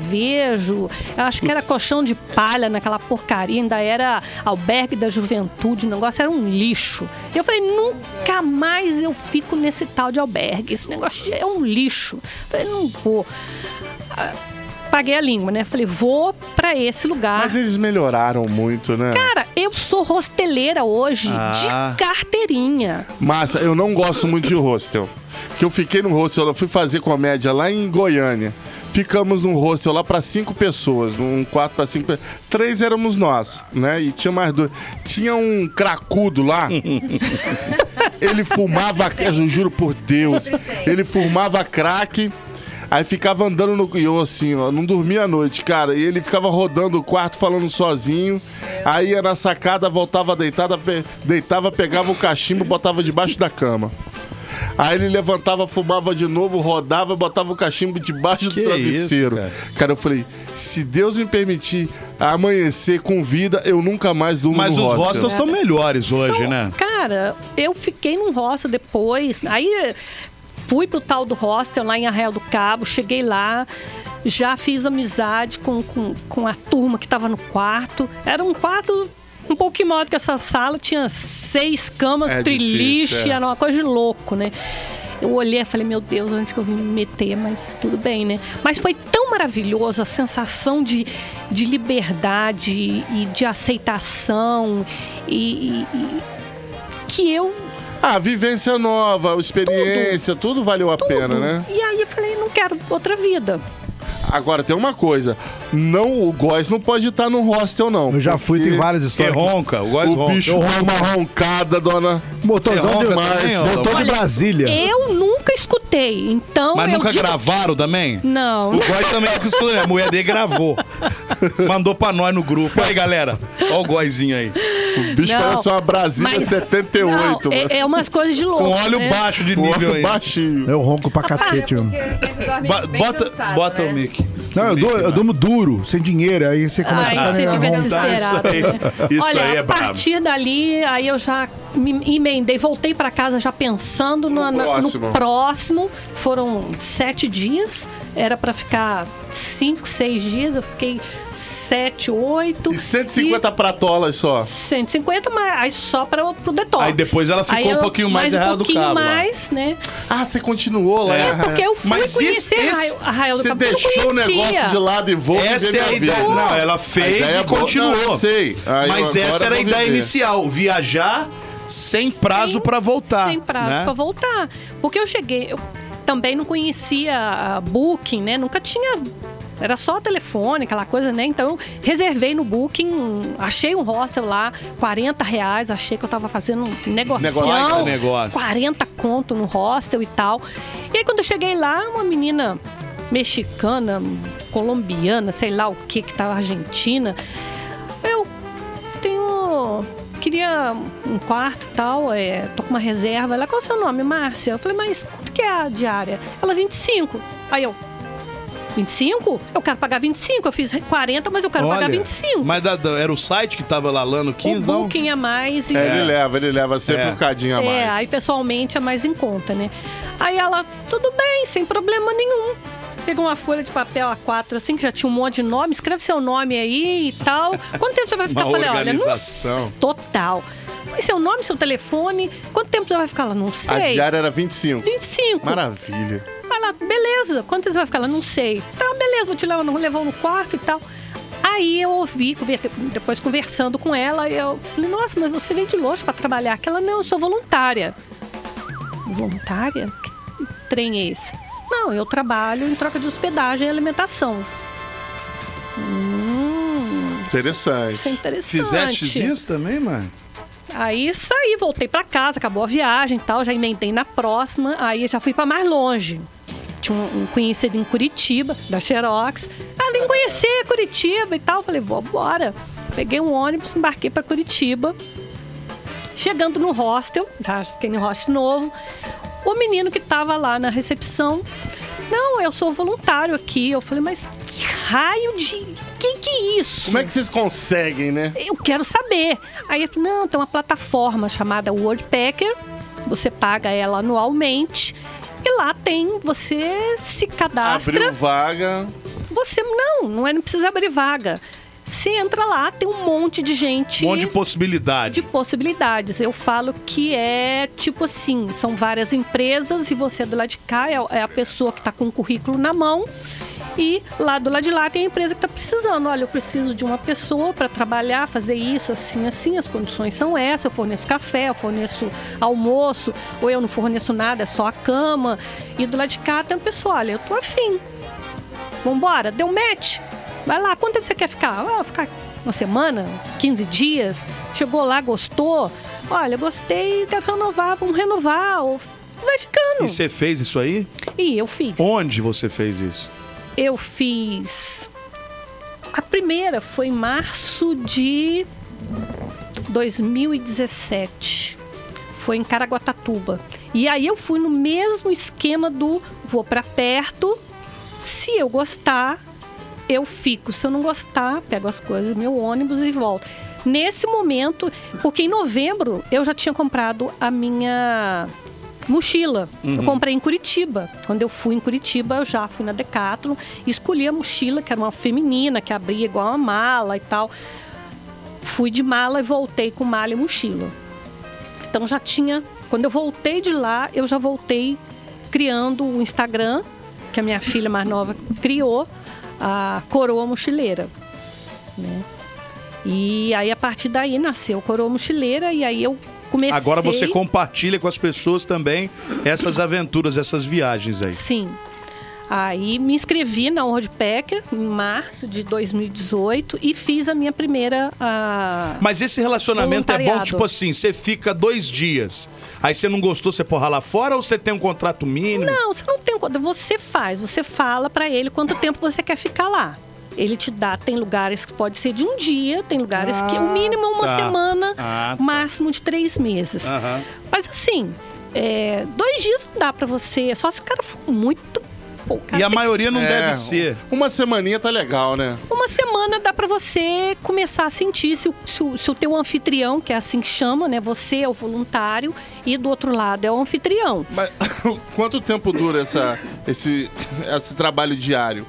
percevejo, acho que era colchão de palha naquela porcaria, ainda era albergue da juventude, o negócio era um lixo. Eu falei, nunca mais eu fico nesse tal de albergue, esse negócio é um lixo. Falei, não vou. Ah, Paguei a língua, né? Falei, vou pra esse lugar.
Mas eles melhoraram muito, né?
Cara, eu sou hosteleira hoje
Ah.
de carteirinha.
Massa, eu não gosto muito de hostel. Que eu fiquei no hostel, eu fui fazer comédia lá em Goiânia. Ficamos num hostel lá pra cinco pessoas, um quarto pra cinco pessoas. Três éramos nós, né? E tinha mais dois. Tinha um cracudo lá. ele fumava, eu juro por Deus, ele fumava crack. Aí ficava andando no. E eu assim, ó, não dormia à noite, cara. E ele ficava rodando o quarto falando sozinho. Aí ia na sacada, voltava deitada, pe- deitava, pegava o cachimbo, botava debaixo da cama. Aí ele levantava, fumava de novo, rodava, botava o cachimbo debaixo
Que
do travesseiro.
isso, cara.
eu falei, se Deus me permitir amanhecer com vida, eu nunca mais durmo
Mas
no
os
hostel.
hostels são melhores hoje,
Então,
né?
Cara, eu fiquei num hostel depois. Aí eh, fui pro tal do hostel lá em Arraial do Cabo, cheguei lá. Já fiz amizade com, com, com a turma que tava no quarto. Era um quarto um pouquinho maior do que essa sala. Tinha seis camas,
É
triliche,
difícil, é.
era uma coisa de louco, né? Eu olhei e falei, meu Deus, onde que eu vim me meter? Mas tudo bem, né? Mas foi tão maravilhoso a sensação de, de liberdade e de aceitação e- e- e que eu
Ah, vivência nova, experiência, tudo, valeu a pena, né?
E aí eu falei, não quero outra vida.
Agora tem uma coisa, não o Góis não pode estar no hostel não.
Eu já fui,
porque
tem várias
Que
histórias.
ronca, eu gosto de
O
ronca.
bicho
Eu-
dá uma roncada, dona.
Motorzão
Você
de
ronca também, ô,
Motor
né?
de
Olha,
Brasília.
Eu nunca escutei, então.
Mas
eu
nunca
digo-
gravaram também?
Não.
O Góis também é costura, a mulher dele gravou. Mandou pra nós no grupo. Aí, galera, ó o Góizinho aí.
O bicho
Não,
parece uma Brasília
mas-
78,
não,
mano.
é, é umas coisas de louco.
Com óleo
né?
baixo de
O
nível
olho
aí.
baixinho.
Eu ronco pra cacete,
é
mesmo.
porque sempre dorme
tipo, Ba-
bem
bota
cansado,
bota
né?
o mic.
Não, eu, dou, eu
né?
durmo duro, sem dinheiro. Aí você começa
Aí
a ficar
você
meio
fica
ronco.
vontade,
desesperado.
isso aí-
né?
isso
Olha,
aí é
a
brabo.
partir dali, aí eu já me emendei, voltei pra casa já pensando na- na- no,
próximo.
próximo. Foram sete dias, era pra ficar cinco, seis dias, eu fiquei sete, oito.
E 150 pratolas só.
150, mas aí só para o pro detox.
Aí depois ela ficou um
eu-
pouquinho mais
um
errado do
pouquinho
cabo lá.
mais, né?
Ah, você continuou lá.
É porque eu fui
Mas
conhecer
esse-
Arraio- Arraial do
Você
Cabo. porque eu
deixou o
conhecia.
negócio de lado e vou
Essa
viver
é a
minha vida.
ideia. Não, ela fez
ideia é
e
boa.
continuou.
Não, eu sei. Aí
Mas
eu agora
essa era a
vou
ideia
viver.
inicial: viajar sem prazo pra voltar.
Sem prazo
né?
pra voltar. Porque eu cheguei, eu também não conhecia a Booking, né? Nunca tinha. Era só telefone, aquela coisa, né? Então, eu reservei no Booking, um- achei um hostel lá, 40 reais, achei que eu tava fazendo um negocião.
Negócio, negócio.
40 conto no hostel e tal. E aí, quando eu cheguei lá, uma menina mexicana, colombiana, sei lá o que, que tava argentina. Eu tenho. Queria um quarto e tal, é, tô com uma reserva. Ela, qual é o seu nome, Márcia? Eu falei, mas quanto que é a diária? Ela, 25. Aí eu, 25? Eu quero pagar 25. Eu fiz 40, mas eu quero
Olha,
pagar 25.
Mas da- da- era o site que tava lá lando
O
15 não?
booking é mais e
É, ele leva, ele leva sempre
É.
um cadinho a mais.
é, aí pessoalmente é mais em conta, né? Aí ela, tudo bem, sem problema nenhum. Pegou uma folha de papel A4, assim, que já tinha um monte de nome, escreve seu nome aí e tal. Quanto tempo você vai ficar?
Uma
Eu falei, olha, não
organização.
Total. Mas seu nome, seu telefone, quanto tempo você vai ficar lá? Não
a
sei.
diária era 25.
25.
Maravilha.
Aí ela, beleza, quanto você vai ficar? Ela, não sei. Tá, beleza, vou te levar, no- levou no quarto e tal. Aí eu ouvi, conver- depois conversando com ela, eu falei, nossa, mas você veio de longe pra trabalhar. Que ela, não, eu sou voluntária. Voluntária? Que trem é esse? Não, eu trabalho em troca de hospedagem e alimentação. Isso é
Interessante.
interessante.
Fizeste isso também, mano?
Aí saí, voltei pra casa, acabou a viagem e tal, já emendei na próxima, aí já fui pra mais longe. Tinha um, um conhecido em Curitiba, da Xerox. Ah, vim conhecer Curitiba e tal. Falei, vou embora. Peguei um ônibus, embarquei pra Curitiba. Chegando no hostel, tá? Fiquei no hostel novo. O o menino que estava lá na recepção. Não, eu sou voluntário aqui. Eu falei, mas que raio de. Que que é isso?
Como é que vocês conseguem, né?
Eu quero saber. Aí eu falei, não, tem uma plataforma chamada Wordpacker. Você paga ela anualmente. E lá tem, você se cadastra.
Abriu vaga.
Você. Não, não, é, não precisa abrir vaga. Você entra lá, tem um monte de gente.
Um monte de possibilidade.
de possibilidades. Eu falo que é tipo assim, são várias empresas e você do lado de cá é é a pessoa que está com o currículo na mão e lá do lado de lá tem a empresa que está precisando. Olha, eu preciso de uma pessoa para trabalhar, fazer isso, assim, assim, as condições são essas, eu forneço café, eu forneço almoço, ou eu não forneço nada, é só a cama. E do lado de cá tem a pessoa, olha, eu tô afim. Vambora, deu um match. Vai lá, quanto tempo você quer ficar? Ah, ficar uma semana, 15 dias. Chegou lá, gostou. Olha, gostei, quer renovar, vamos renovar. Ou... Vai ficando.
E você fez isso aí?
E eu fiz.
Onde você fez isso?
Eu fiz. A primeira foi em março de 2017. Foi em Caraguatatuba. E aí eu fui no mesmo esquema do vou pra perto. Se eu gostar, eu fico. Se eu não gostar, pego as coisas, meu ônibus e volto. Nesse momento, porque em novembro eu já tinha comprado a minha mochila. Eu comprei em Curitiba. Quando eu fui em Curitiba, eu já fui na Decathlon e escolhi a mochila, que era uma feminina, que abria igual uma mala e tal. Fui de mala e voltei com mala e mochila. Então já tinha. Quando eu voltei de lá, eu já voltei criando o Instagram, que a minha filha mais nova criou, a Coroa Mochileira. né? E aí a partir daí nasceu Coroa Mochileira e aí eu comecei.
Agora você compartilha com as pessoas também essas aventuras, essas viagens aí.
Sim. Aí me inscrevi na Worldpacker em março de 2018 e fiz a minha primeira. ah,
Mas esse relacionamento é bom,
Voluntariado.
tipo assim, você fica dois dias, aí você não gostou, você porra lá fora ou você tem um contrato mínimo?
Não, você não tem. quando- Você faz, você fala pra ele quanto tempo você quer ficar lá. Ele te dá, tem lugares que pode ser de um dia, tem lugares que o mínimo é uma
tá.
semana,
Ah, tá.
máximo de três meses.
Aham.
Mas assim, é, dois dias não dá pra você, é só se o cara for muito. pô, o cara
E a
tem que
maioria não
É,
deve ser.
Uma semaninha tá legal, né?
Uma semana dá pra você começar a sentir se o, se, o, se o teu anfitrião, que é assim que chama, né? Você é o voluntário e do outro lado é o anfitrião.
Mas quanto tempo dura essa, esse, esse trabalho diário?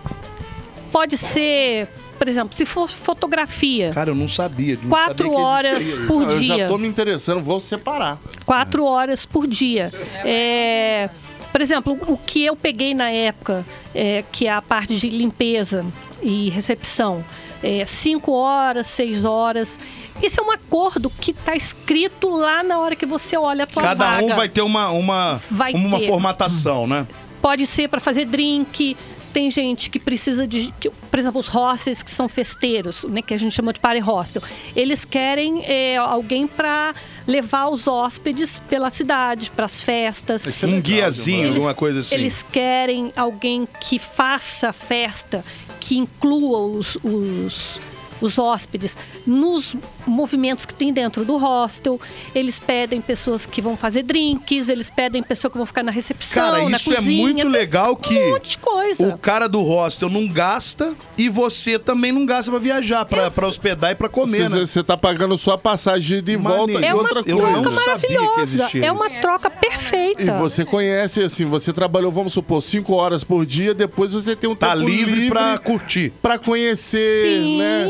Pode ser, por exemplo, se for fotografia,
Cara, eu não sabia. Não
quatro
sabia que
horas
existia isso. Ah,
por
Eu já
dia.
tô me interessando, vou separar.
Quatro horas por dia. É, por exemplo, o que eu peguei na época, é, que é a parte de limpeza e recepção, é, cinco horas, seis horas. Isso é um acordo que está escrito lá na hora que você olha a tua
Cada
vaga.
um vai ter uma, uma,
Vai
uma
ter.
formatação, né?
pode ser para fazer drink. Tem gente que precisa de. que- por exemplo, os hostels que são festeiros, né, que a gente chama de party hostel. Eles querem é, alguém para levar os hóspedes pela cidade, para as festas.
Isso é
um
legal,
guiazinho,
Giovana.
alguma coisa assim.
Eles querem alguém que faça festa, que inclua os, os, os hóspedes nos movimentos que tem dentro do hostel. Eles pedem pessoas que vão fazer drinks, eles pedem pessoas que vão ficar na recepção,
Cara,
na
isso é
cozinha,
muito
tem
legal que
Um monte de coisa.
O cara do hostel não gasta e você também não gasta pra viajar, pra, pra hospedar e pra comer, né?
Você, você tá pagando só a passagem de
Maneiro.
volta e
É uma
outra
eu
coisa.
troca
não sabia que
maravilhosa.
existia
É
isso.
uma troca perfeita.
E você conhece, assim, você trabalhou, vamos supor, cinco horas por dia, depois você tem um
Tá
tempo
livre,
livre,
pra curtir.
pra conhecer,
Sim.
né?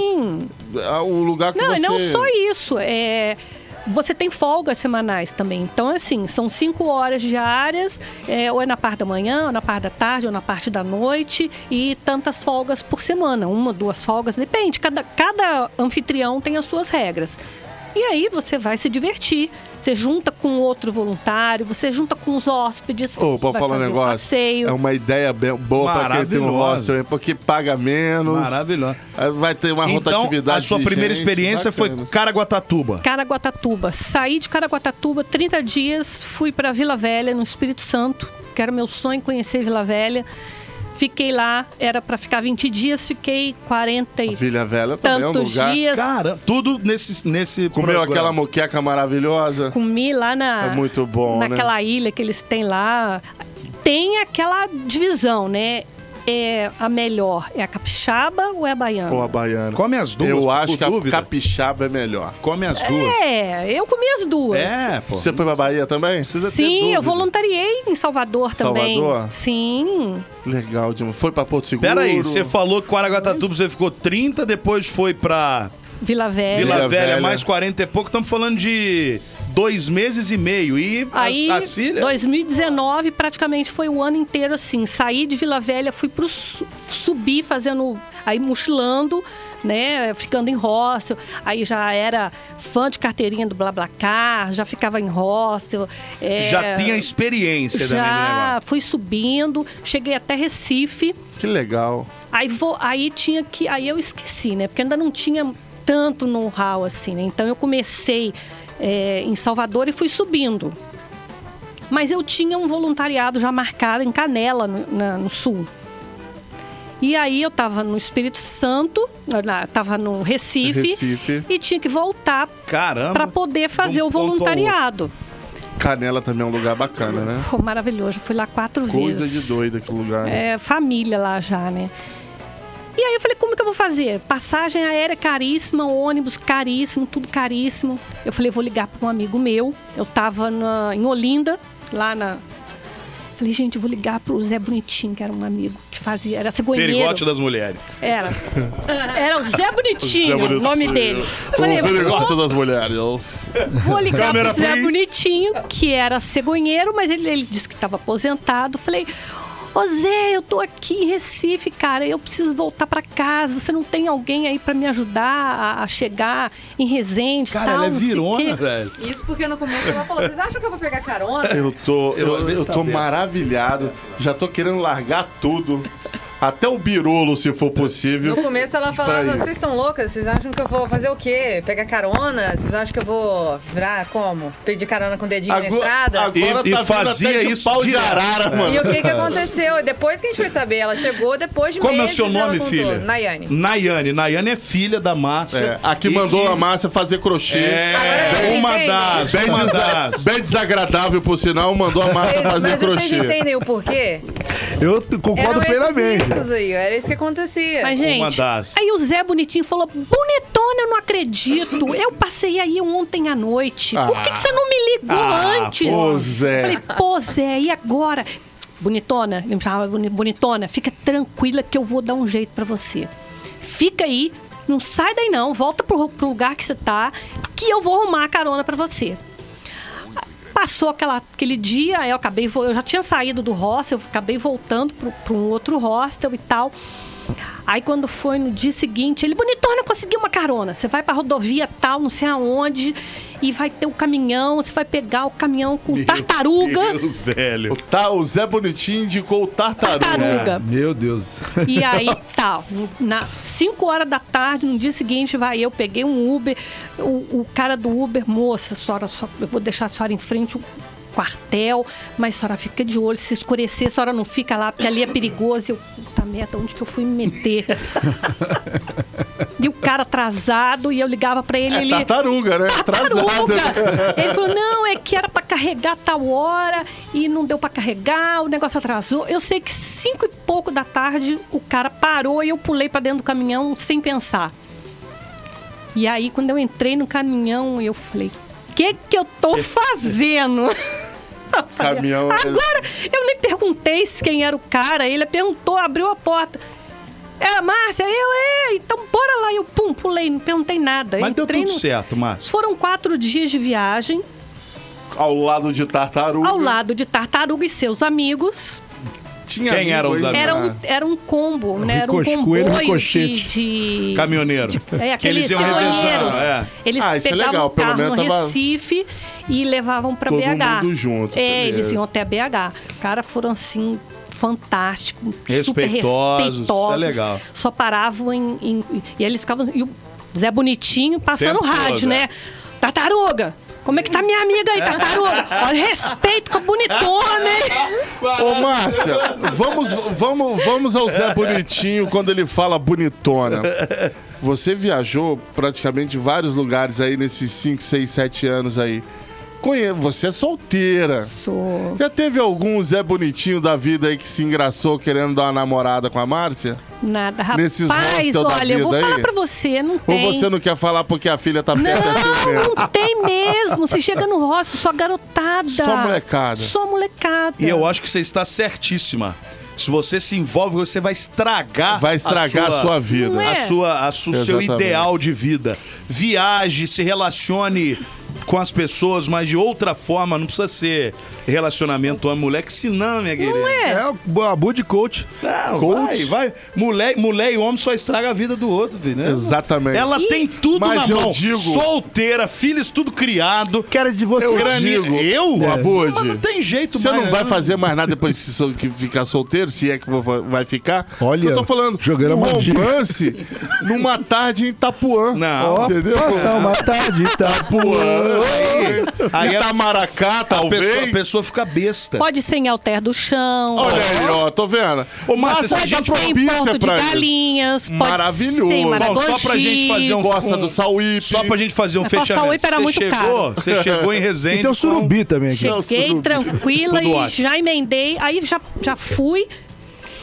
É
a- O lugar que
Não,
você...
e não só isso. É... Você tem folgas semanais também. Então, assim, são cinco horas diárias, é, ou é na parte da manhã, ou na parte da tarde, ou na parte da noite, e tantas folgas por semana. Uma, duas folgas, depende. Cada, cada anfitrião tem as suas regras. E aí você vai se divertir. Você junta com outro voluntário, você junta com os hóspedes.
Ô, pode
vai
falar um
fazer
negócio?
passeio.
É uma ideia be- boa pra quem tem um
Maravilhosa.
hostel, é porque paga menos.
Maravilhoso.
Aí Vai ter uma
Então,
rotatividade
a sua
de
primeira
gente,
experiência foi
bacana.
Caraguatatuba.
Caraguatatuba. Saí de Caraguatatuba 30 dias, fui para Vila Velha, no Espírito Santo, que era meu sonho conhecer Vila Velha. Fiquei lá, era pra ficar 20 dias, fiquei 40 e
Vilha Velha também é um
tantos
lugar.
dias.
Cara, tudo nesse. nesse
Comeu
programa.
aquela moqueca maravilhosa.
Comi lá na.
É muito bom, né?
Naquela ilha que eles têm lá. Tem aquela divisão, né? É a melhor é a capixaba ou é a baiana?
Ou a baiana.
Come as duas.
Eu
por
acho que a
dúvida.
capixaba é melhor.
Come as duas.
É, eu comi as duas.
É, pô.
Você foi pra Bahia também? Precisa ter
Sim,
dúvida.
eu voluntariei em Salvador também.
Salvador?
Sim.
Legal, Dilma. Foi pra Porto Seguro?
Pera aí, você falou que Guaraguatatuba você ficou 30, depois foi pra
Vila Velha.
Vila
Vila
Velha,
Velha.
mais 40 e pouco. Estamos falando de dois meses e meio. E as-
Aí,
as, filhas?
2019 praticamente foi o ano inteiro assim. Saí de Vila Velha, fui pro su subir fazendo, aí mochilando, né, ficando em hostel. Aí já era fã de carteirinha do BlaBlaCar, já ficava em hostel. é,
Já tinha experiência também né, no
já
negócio.
fui subindo, cheguei até Recife.
Que legal.
Aí, vou, aí tinha que. Aí eu esqueci, né? Porque ainda não tinha tanto know-how assim, né? Então eu comecei é, em Salvador e fui subindo. Mas eu tinha um voluntariado já marcado em Canela, no, na- no sul. E aí eu tava no Espírito Santo, lá, tava no Recife,
Recife.
e tinha que voltar
Caramba.
para poder fazer
um
o
ponto ao outro.
voluntariado.
Canela também é um lugar bacana, né?
Pô, maravilhoso, eu fui lá quatro
Coisa
vezes.
de doido aquele lugar. né?
é, família lá já, né? E aí eu falei, como que eu vou fazer? Passagem aérea caríssima, ônibus caríssimo, tudo caríssimo. Eu falei, vou ligar para um amigo meu. Eu tava na- em Olinda, lá na. Falei, gente, eu vou ligar pro Zé Bonitinho, que era um amigo que fazia. Era cegonheiro.
Perigote das mulheres.
Era. Era o Zé Bonitinho,
Zé
o nome
Bonitinho.
dele. Eu falei,
O negócio
vou,
das mulheres.
vou ligar
Câmera,
pro Zé
please.
Bonitinho, que era cegonheiro, mas ele, ele disse que estava aposentado. Falei, ô Zé, eu tô aqui em Recife, cara, eu preciso voltar para casa. Você não tem alguém aí para me ajudar a, a chegar em Resende e
Cara,
tal?
ela é
não sei
virona,
o quê.
velho.
Isso porque no começo ela falou, vocês acham que eu vou pegar carona?
Eu tô, eu,
Eu-
eu tô maravilhado. Já tô querendo largar tudo. Até o birolo, se for possível.
No começo ela
Tá
falava,
aí.
vocês estão loucas? Vocês acham que eu vou fazer o quê? Pegar carona? Vocês acham que eu vou virar como? Pedir carona com o dedinho na estrada?
E- e
vindo
fazia
até de
isso
tá pau de
direto.
arara, mano.
E o que que aconteceu? Depois que a gente foi saber, ela chegou depois de
Como é o
meses,
seu
ela
nome,
contou.
filha?
Nayane.
Nayane. Nayane é filha da Márcia.
É, aqui
E
mandou
que-
a Márcia fazer crochê.
Agora
É,
eu
uma
entendi.
das,
Bem,
uma
desa-
das.
bem desagradável, por sinal, mandou a Márcia
Mas
fazer
vocês
crochê.
entendem o porquê?
Eu t- concordo
Eram esses
plenamente.
riscos aí, era isso que acontecia.
Mas,
Uma
gente,
das.
aí o Zé Bonitinho falou, bonitona, eu não acredito. Eu passei aí ontem à noite. Por que, que você não me ligou
Ah,
antes?
Ah. pô, Zé.
Eu falei, pô, Zé, e agora? Bonitona, ele me chamava boni- bonitona, fica tranquila que eu vou dar um jeito pra você. Fica aí, não sai daí não, volta pro, pro lugar que você tá, que eu vou arrumar a carona pra você. Passou aquela, aquele dia, aí eu acabei, vo- eu já tinha saído do hostel, eu acabei voltando pro- pra um outro hostel e tal. Aí quando foi no dia seguinte, ele, bonitona, consegui uma carona. Você vai pra rodovia tal, não sei aonde, e vai ter o caminhão, você vai pegar o caminhão com tartaruga.
Deus, velho.
O, tá, o Zé Bonitinho indicou o tartaruga.
É,
Tartaruga.
Meu Deus.
E aí, tal. Na 5 horas da tarde, no dia seguinte, vai eu, peguei um Uber. O, o cara do Uber, moça, senhora, só, eu vou deixar a senhora em frente ao quartel, mas a senhora fica de olho, se escurecer, a senhora não fica lá, porque ali é perigoso. E Eu, puta merda, onde que eu fui me meter? e o cara atrasado, e eu ligava pra ele, ele...
Tartaruga, né? Atrasado.
Tartaruga! Tá Ele falou: não, é que era pra carregar tal hora e não deu pra carregar, o negócio atrasou. Eu sei que cinco e pouco da tarde o cara parou e eu pulei pra dentro do caminhão sem pensar. E aí, quando eu entrei no caminhão, eu falei: o que que eu tô fazendo? Eu falei,
Caminhão-
Agora, eu nem perguntei se quem era o cara, ele perguntou, abriu a porta. É, a Márcia, eu, é, então bora lá. Eu, pum, pulei, não perguntei nada.
Mas deu
Entrei
tudo
no-
certo, Márcia.
foram quatro dias de viagem
Ao lado de tartaruga.
ao lado de Tartaruga e seus amigos.
Tinha
Quem eram os
língua, hein?
amigos?
Era um, era um combo, né? Era um
ricoche- coelho
comboio de,
ricochete.
de...
Caminhoneiro.
É,
Que eles
aqueles
iam
caminhoneiros.
revezando. É.
Eles
Ah, isso é
pegavam
legal,
o
pelo
carro
menos
no
tava-
Recife e levavam pra
Todo
BH.
mundo junto,
É, eles
beleza.
iam até BH. Cara, foram assim fantásticos, super
Respeitosos,
respeitosos.
isso é legal.
Só paravam em, em- e eles ficavam e o Zé Bonitinho passando
Tempo
rádio,
todo, é.
né? Tartaruga. Como é que tá minha amiga aí, tartaruga? Olha, respeito com a bonitona, hein?
Ô, Márcia, vamos, vamos, vamos ao Zé Bonitinho quando ele fala bonitona. Você viajou praticamente em vários lugares aí nesses 5, 6, 7 anos aí. Conhe- Você é solteira.
Sou.
Já teve algum Zé Bonitinho da vida aí que se engraçou querendo dar uma namorada com a Márcia?
Nada,
Nesses
rapaz.
hostel da
Olha, eu vou
vida
falar
aí?
pra você, não
Ou
tem.
você não quer falar porque a filha tá perto é ciumento?
Não, não tem mesmo. Você chega no rosto, só garotada.
Só molecada.
Só molecada.
E eu acho que você está certíssima. Se você se envolve, você vai estragar
Vai estragar a sua, vida.
Não é?
a sua, a su- seu
Exatamente.
ideal de vida. Viaje, se relacione com as pessoas, mas de outra forma, não precisa ser relacionamento homem mulher, que se não, minha querida.
Não é?
É o Abu de coach.
Não,
Coach.
vai, vai. Mulher, mulher e homem só estraga a vida do outro, filho. né?
Exatamente.
Ela
Ih.
tem tudo
Mas
na
eu
mão.
digo-
Solteira, filhos tudo criado.
Quero de você.
Eu
grani-
digo,
eu?
Abude,
Mas É. não tem jeito
Você
mais,
é
não
um-
vai
né?
fazer mais nada depois que so- que ficar solteiro, se é que vo- vai ficar.
Olha,
eu tô falando,
jogando a
um
magia.
romance numa tarde em Itapuã.
Não.
Ó,
entendeu?
Passar uma tarde, tá?
Itapuã.
Aí a-
Itamaracá,
A
talvez.
pessoa, a pessoa fica besta.
Pode ser em alter do chão.
Olha aí, ó, tô vendo.
Ô, Márcia, se a
Pode
gente
ser em
propícia
Porto de
pra isso.
Galinhas, pode
Maravilhoso.
ser em
Bom, só pra gente fazer um.
Gosta
um-
do Sauípe.
Só pra gente fazer um
Mas pra
fechamento.
Sauípe era muito
chegou,
caro.
Você chegou em resenha.
E tem o surubi também aqui.
Cheguei tranquila
Tudo
e
ótimo.
já emendei. Aí já, já fui.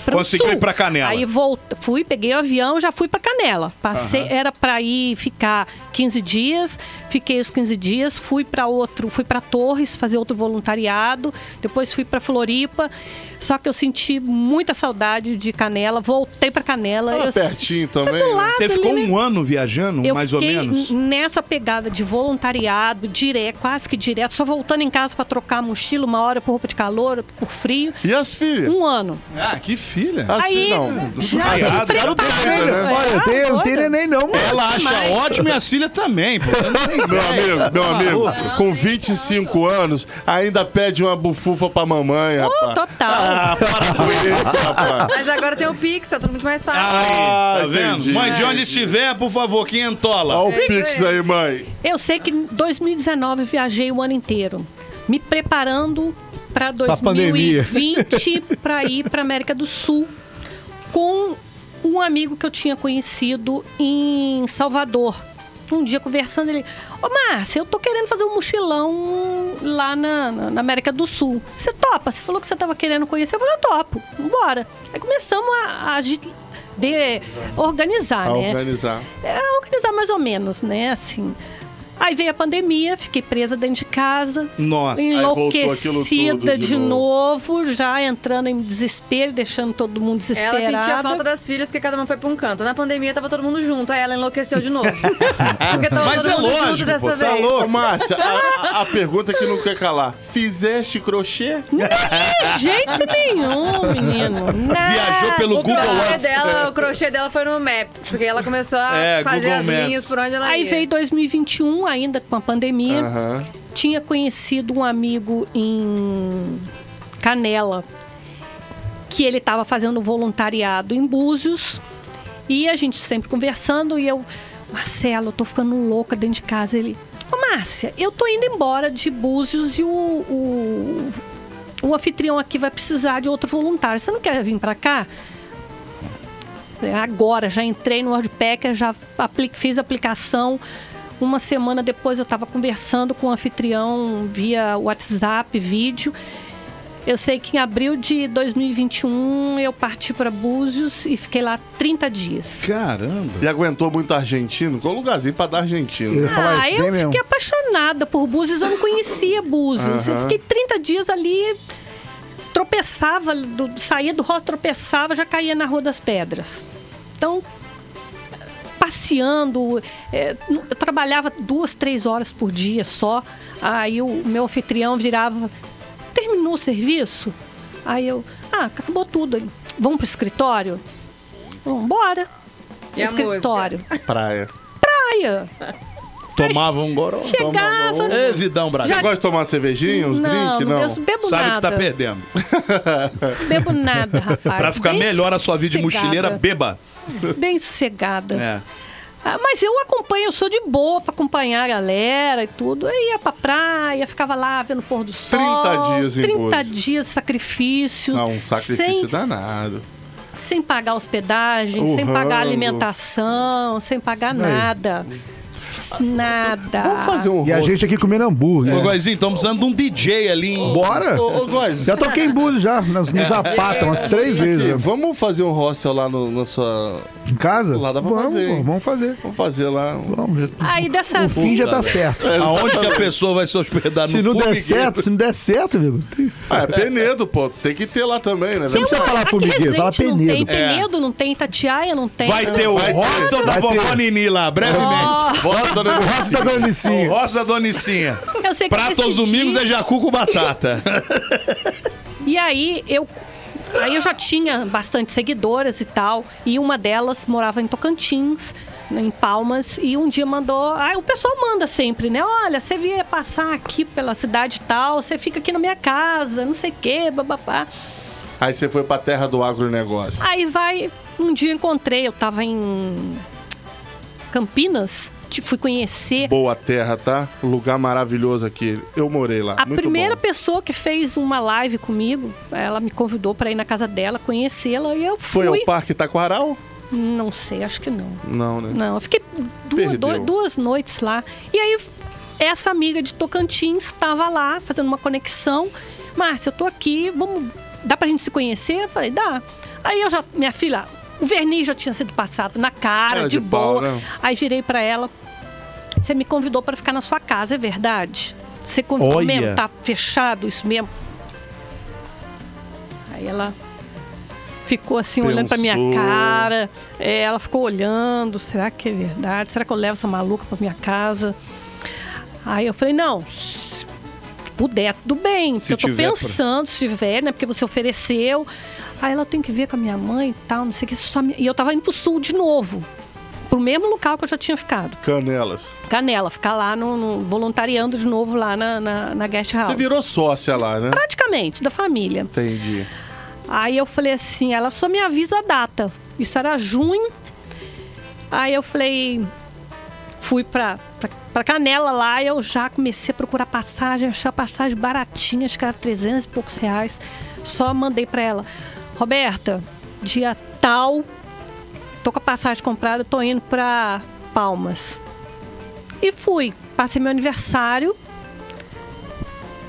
Pra
Conseguiu
o sul.
ir pra Canela.
Aí voltei, fui, peguei o avião, já fui pra Canela. Passei, era pra ir ficar 15 dias, fiquei os 15 dias, fui pra outro, fui pra Torres fazer outro voluntariado, depois fui pra Floripa. Só que eu senti muita saudade de Canela, voltei pra Canela.
Tá
eu-
pertinho também.
do lado
Você
ali,
ficou
né?
um ano viajando,
Eu
mais ou
fiquei
menos?
n- nessa pegada de voluntariado, direto, quase que direto, só voltando em casa pra trocar a mochila uma hora por roupa de calor, outra por frio.
E as filhas?
Um ano.
Ah, que filha.
As
Aí,
filhas, não.
já
Ai,
se
ah,
preparando.
doida, né?
Olha,
Ah,
tem, não
doida.
tem neném não, mano.
Ela acha ótimo e as filhas também. pô. Você não tem
Meu
ideia.
amigo, meu amigo, com 25 anos, ainda pede uma bufufa pra mamãe, rapaz.
total.
Ah, para com isso, rapaz.
Mas agora tem o Pix, é tudo muito mais
Aí,
fácil.
Ah,
tá vendo?
entendi.
Mãe, de onde estiver, por favor, quinhentola.
Olha o
É isso
Pix aí, mãe.
Eu sei que em 2019 eu viajei o ano inteiro, me preparando para
pandemia.
2020 para ir para América do Sul com um amigo que eu tinha conhecido em Salvador. Um dia conversando, ele. Ô, Márcia, eu tô querendo fazer um mochilão lá na, na- na América do Sul. Você topa? Você falou que você tava querendo conhecer. Eu falei, eu topo. Vambora. Aí começamos a, a gi- de organizar,
Tá
A
né?
organizar.
é, organizar mais ou menos, né? Assim. Aí veio a pandemia, fiquei presa dentro de casa.
Nossa.
Aí voltou aquilo tudo
Enlouquecida
de
de, novo. já entrando em desespero, deixando todo mundo desesperado.
Ela sentia falta das filhas porque cada uma foi pra um canto. Na pandemia tava todo mundo junto, aí ela enlouqueceu de novo. porque tava
Mas
Tá todo
é
mundo junto
lógico,
dessa
pô, tá
vez.
Ô,
louco.
Márcia, a, a- a pergunta que não quer calar. Fizeste crochê?
De jeito nenhum, menino. Nada.
Viajou pelo
O
Google
crochê
Earth.
dela, o crochê dela foi no Maps, porque ela começou a
É,
fazer
Google
as
Maps.
linhas por onde ela é.
Aí
ia.
veio 2021, ainda com a pandemia.
Aham.
Tinha conhecido um amigo em Canela, que ele estava fazendo um voluntariado em Búzios. E a gente sempre conversando, e eu, Marcelo, eu tô ficando louca dentro de casa. Ele, ô Márcia, eu tô indo embora de Búzios e o, o, o anfitrião aqui vai precisar de outro voluntário. Você não quer vir para cá? É, agora, já entrei no Worldpacker, já apli- fiz a aplicação. Uma semana depois eu estava conversando com o anfitrião via WhatsApp, vídeo. Eu sei que em abril de 2021 eu parti para Búzios e fiquei lá 30 dias.
Caramba.
é
E aguentou muito argentino? Qual lugarzinho pra dar
Eu
argentino? né?
ia falar
ah,
isso,
eu
tem mesmo.
fiquei apaixonada por Búzios, eu não conhecia Búzios. Eu fiquei 30 dias ali, tropeçava, do- saía do rosto, tropeçava, já caía na Rua das Pedras. Então, passeando, é, nu- eu trabalhava duas, três horas por dia só. Aí o meu anfitrião virava, terminou o serviço? Aí eu, ah, acabou tudo. Ele, Vamos pro escritório? Vamos embora.
E a
escritório.
Praia.
Praia.
Tomava um goró.
Chegava.
Ei, Vidão Brasil.
Você gosta de tomar cervejinha, uns drinks? Não.
eu bebo
Sabe que
nada.
tá perdendo.
Bebo nada, rapaz.
Pra ficar
Bem
melhor a sua vida de
sossegada.
mochileira, beba.
Bem sossegada.
É.
Ah, Mas eu acompanho, eu sou de boa pra acompanhar a galera e tudo. Eu ia pra praia, ficava lá vendo o pôr do sol.
30 dias em
30
Búzios.
dias de sacrifício.
Ah,
Não, um sacrifício
sem,
danado.
sem pagar hospedagem,
O
sem
Uhum.
pagar
rango.
alimentação, sem pagar nada. Nada.
Vamos fazer um
E a
rosto.
gente aqui comendo hambúrguer. né?
Ô, Goizinho, estamos precisando de um DJ ali. em-
Bora!
Ô, ô Góis,
Tá
Já toquei em Búzios já, nos, nos Zapata, umas três vezes.
É. aqui,
né?
vamos fazer um hostel lá no, na sua.
Em casa?
Lá dá pra
vamos,
fazer,
pô,
hein?
Vamos fazer.
Vamos fazer lá. um-
Vamos.
Aí dessa
O fim já tá certo.
Aonde que a pessoa vai se hospedar?
Se não der
formigueiro?
certo, se não der certo, meu. tem-
Ah, é Penedo, pô. Tem que ter lá também, né?
Você não precisa falar
Aqui
formigueiro, fala
Resende Não
penedo.
tem Penedo, não tem Itatiaia, não tem.
É. Vai ter o
Vai ter.
hostel da
Vai
vovó
ter.
Nini lá, brevemente.
Bota dona
O resto da Dona
O
Licinha.
hostel da Donicinha.
Eu sei que
Prato aos
nesse
domingos
dia-
é jacu com batata.
E aí eu. Aí eu já tinha bastante seguidoras e tal, e uma delas morava em Tocantins, em Palmas, e um dia mandou. Ah, o pessoal manda sempre, né? Olha, você vier passar aqui pela cidade e tal, você fica aqui na minha casa, não sei o quê, bababá.
Aí você foi pra terra do agronegócio.
Aí vai, um dia eu encontrei, eu tava em Campinas, te- fui conhecer
Boa terra, tá? Lugar maravilhoso aqui. Eu morei lá.
A
Muito
primeira
bom.
pessoa que fez uma live comigo, ela me convidou para ir na casa dela, conhecê-la, e eu
Foi
fui.
ao Parque Taquaral?
Não sei, acho que não.
Não, né?
Não, eu fiquei duas,
Perdeu.
do- duas noites lá. E aí, essa amiga de Tocantins estava lá fazendo uma conexão. Márcia, eu tô aqui, vamos. Dá pra gente se conhecer? Eu falei, dá. Aí eu já. Minha filha, o verniz já tinha sido passado na cara,
Cara
de,
de pau,
boa.
né?
Aí virei pra ela. Você me convidou para ficar na sua casa, é verdade? Você convidou
Olha.
mesmo? Tá fechado isso mesmo? Aí ela ficou assim, olhando pra minha
Pensou.
cara. É, ela ficou olhando, será que é verdade? Será que eu levo essa maluca pra minha casa? Aí eu falei, não, se puder, tudo bem.
Se
porque eu tô
tiver pra-
pensando, se tiver, né? Porque você ofereceu. Aí ela tem que ver com a minha mãe e tal, não sei o que. só me- E eu tava indo pro sul de novo. Pro mesmo local que eu já tinha ficado.
Canelas.
Canela, ficar lá no, no- voluntariando de novo lá na, na, na guest house.
Você virou sócia lá, né?
praticamente da família.
Entendi.
Aí eu falei assim, ela só me avisa a data. Isso era junho. Aí eu falei, fui pra, pra, pra Canela lá, eu já comecei a procurar passagem, achar passagem baratinha, acho que era 300 e poucos reais. Só mandei pra ela, Roberta, dia tal, tô com a passagem comprada, tô indo pra Palmas. E fui, passei meu aniversário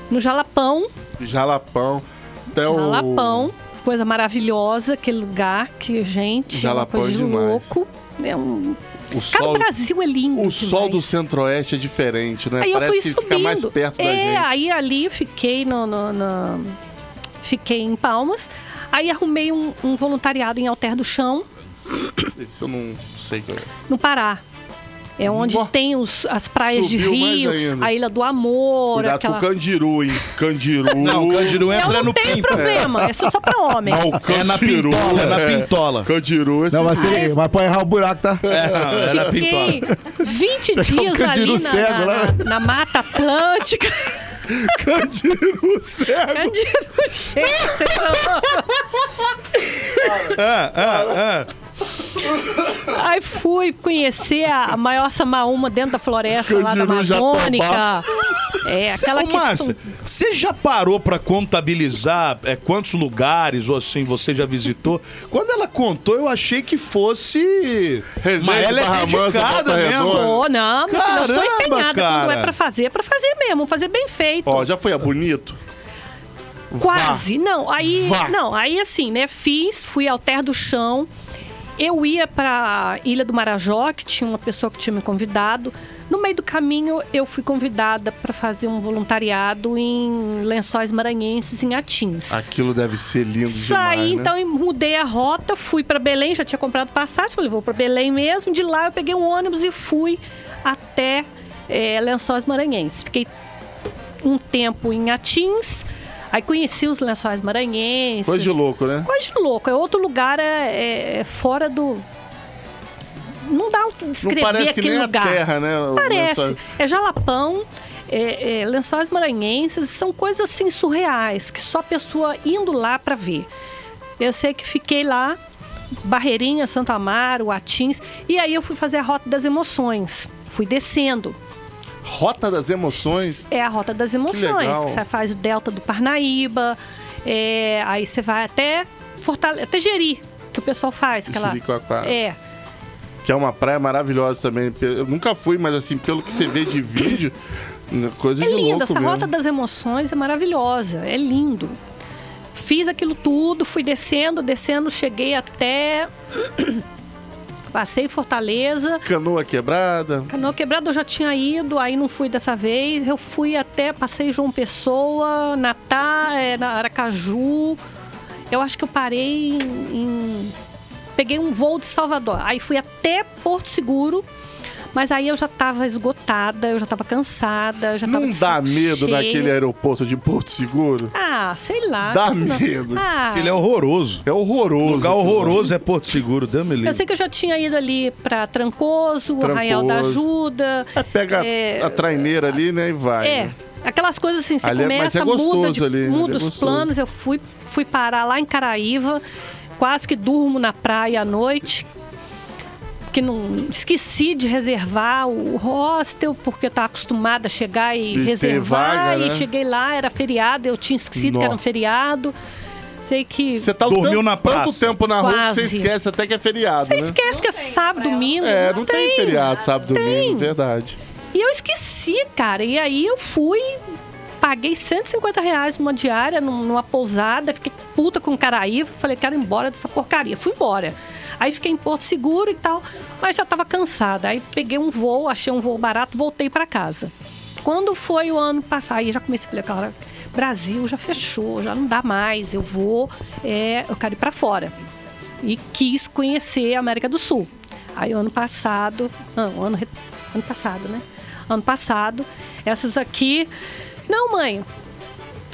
no Jalapão,
Jalapão. Até É o.
Jalapão, coisa maravilhosa, aquele lugar que, gente,
Jalapão
é uma coisa
é
de
demais.
louco. É um...
O
Cara,
sol,
o Brasil é lindo.
o
demais.
sol do centro-oeste é diferente, né?
Aí eu
Parece
fui
que
subindo.
fica mais perto
é,
da gente.
aí ali fiquei no, no- na- fiquei em Palmas. Aí arrumei um, um voluntariado em Alter do Chão,
Isso eu não sei. o que é.
no Pará. É onde
Nó.
tem os- as praias
Subiu
de
mais
Rio,
ainda.
a Ilha do Amor,
Cuidado
aquela.
com o Candiru, hein? Candiru.
Não, o Candiru
Eu
entra
não
no
tenho
pinto.
problema, isso é só pra homem.
Não,
É na
Candiru,
pintola, é na pintola.
Candiru, esse
Não, mas, você, mas pode errar o buraco, tá?
É, na pintola.
Fiquei 20 dias ali
Candiru
na,
cego,
na-
né?
na Mata Atlântica.
Candiru cego.
Candiru cheio, você Aí fui conhecer a a maior samaúma dentro da floresta lá da
Candiru
Amazônica. É,
Cê-
aquela
Ô,
que.
Márcia, você já parou pra contabilizar é, quantos lugares ou assim você já visitou? Quando ela contou, eu achei que fosse.
Resende,
Mas ela
Barra
é
Mansa,
dedicada
Volta Redonda.
mesmo.
Pô, não, meu filho, eu sou
Caramba,
empenhada. Quando
cara.
é pra fazer, é pra fazer mesmo, fazer bem feito.
Ó, já foi a Bonito?
Quase. Não, aí.
Vá.
Não, aí assim, né? Fiz, fui ao Terra do Chão. Eu ia pra Ilha do Marajó, que tinha uma pessoa que tinha me convidado. No meio do caminho, eu fui convidada para fazer um voluntariado em Lençóis Maranhenses, em Atins.
Aquilo deve ser lindo
Saí,
demais,
então,
né?
e mudei a rota, fui para Belém, já tinha comprado passagem, falei, vou para Belém mesmo. De lá eu peguei um ônibus e fui até eh, Lençóis Maranhenses. Fiquei um tempo em Atins, aí conheci os Lençóis Maranhenses.
Coisa de louco, né?
Coisa de louco. É outro lugar é, é- é fora do... Não dá pra
Não
descrever
parece que
aquele
nem
lugar.
a terra, né? O
Parece.
lençóis.
É jalapão, é, é lençóis maranhenses, são coisas assim surreais que só a pessoa indo lá pra ver. Eu sei que fiquei lá Barreirinha, Santo Amaro, Atins. E aí eu fui fazer a Rota das Emoções. Fui descendo.
Rota das emoções.
É a Rota das Emoções.
legal.
Que você faz o Delta do Parnaíba. é, aí você vai até, Fortale até Jeri, que o pessoal faz. Aquela,
Jericoacoara.
é,
Que é uma praia maravilhosa também. Eu nunca fui, mas assim, pelo que você vê de vídeo, né, coisa
É
de
linda,
louco
essa
mesmo.
rota das emoções é maravilhosa, é lindo. Fiz aquilo tudo, fui descendo, descendo, cheguei até. Passei Fortaleza.
Canoa quebrada.
Canoa Quebrada eu já tinha ido, aí não fui dessa vez. Eu fui até, passei João Pessoa, Natá, é, na- Aracaju. Eu acho que eu parei em, em- Peguei um voo de Salvador. Aí fui até Porto Seguro, mas aí eu já tava esgotada, eu já tava cansada, eu já tava
Não
de
dá
saco
medo
cheio.
naquele aeroporto de Porto Seguro?
Ah, sei lá.
Dá
acho que não.
medo.
Ah,
Ele é horroroso.
É horroroso.
Lugar horroroso é Porto Seguro, dame
eu
livre.
sei que eu já tinha ido ali pra Trancoso, Arraial da
Trancoso.
Ajuda.
É, pega
É,
a traineira ali, né, e vai.
É.
né?
Aquelas coisas assim, você
Ali é- mas
começa,
é
muda,
gostoso
de,
ali, ali
muda
é
os
gostoso.
planos. Eu fui, fui parar lá em Caraíva, quase que durmo na praia à noite. Que não esqueci de reservar o hostel, porque eu estava acostumada a chegar e,
E ter
reservar.
vaga,
e
né?
cheguei lá, era feriado, eu tinha esquecido que
Nó.
era um feriado. Sei que.
Você tá o
Dormiu
tanto-
na
tanto
praça.
tempo na rua que você
Quase.
esquece até que é feriado,
Você
né?
esquece que é sábado, domingo.
É, não tem, feriado, sábado, domingo, verdade.
E eu esqueci, cara. E aí eu fui, paguei 150 reais numa diária, num- numa pousada, fiquei puta com o Caraíva, falei, quero ir embora dessa porcaria. Fui embora. Aí fiquei em Porto Seguro e tal, mas já tava cansada. Aí peguei um voo, achei um voo barato, voltei pra casa. Quando foi o ano passado, aí já comecei a falar, cara, Brasil já fechou, já não dá mais, eu vou, é, eu quero ir pra fora e quis conhecer a América do Sul. Aí, ano passado, não, ano, re- ano passado, né? Ano passado, essas aqui. Não, mãe,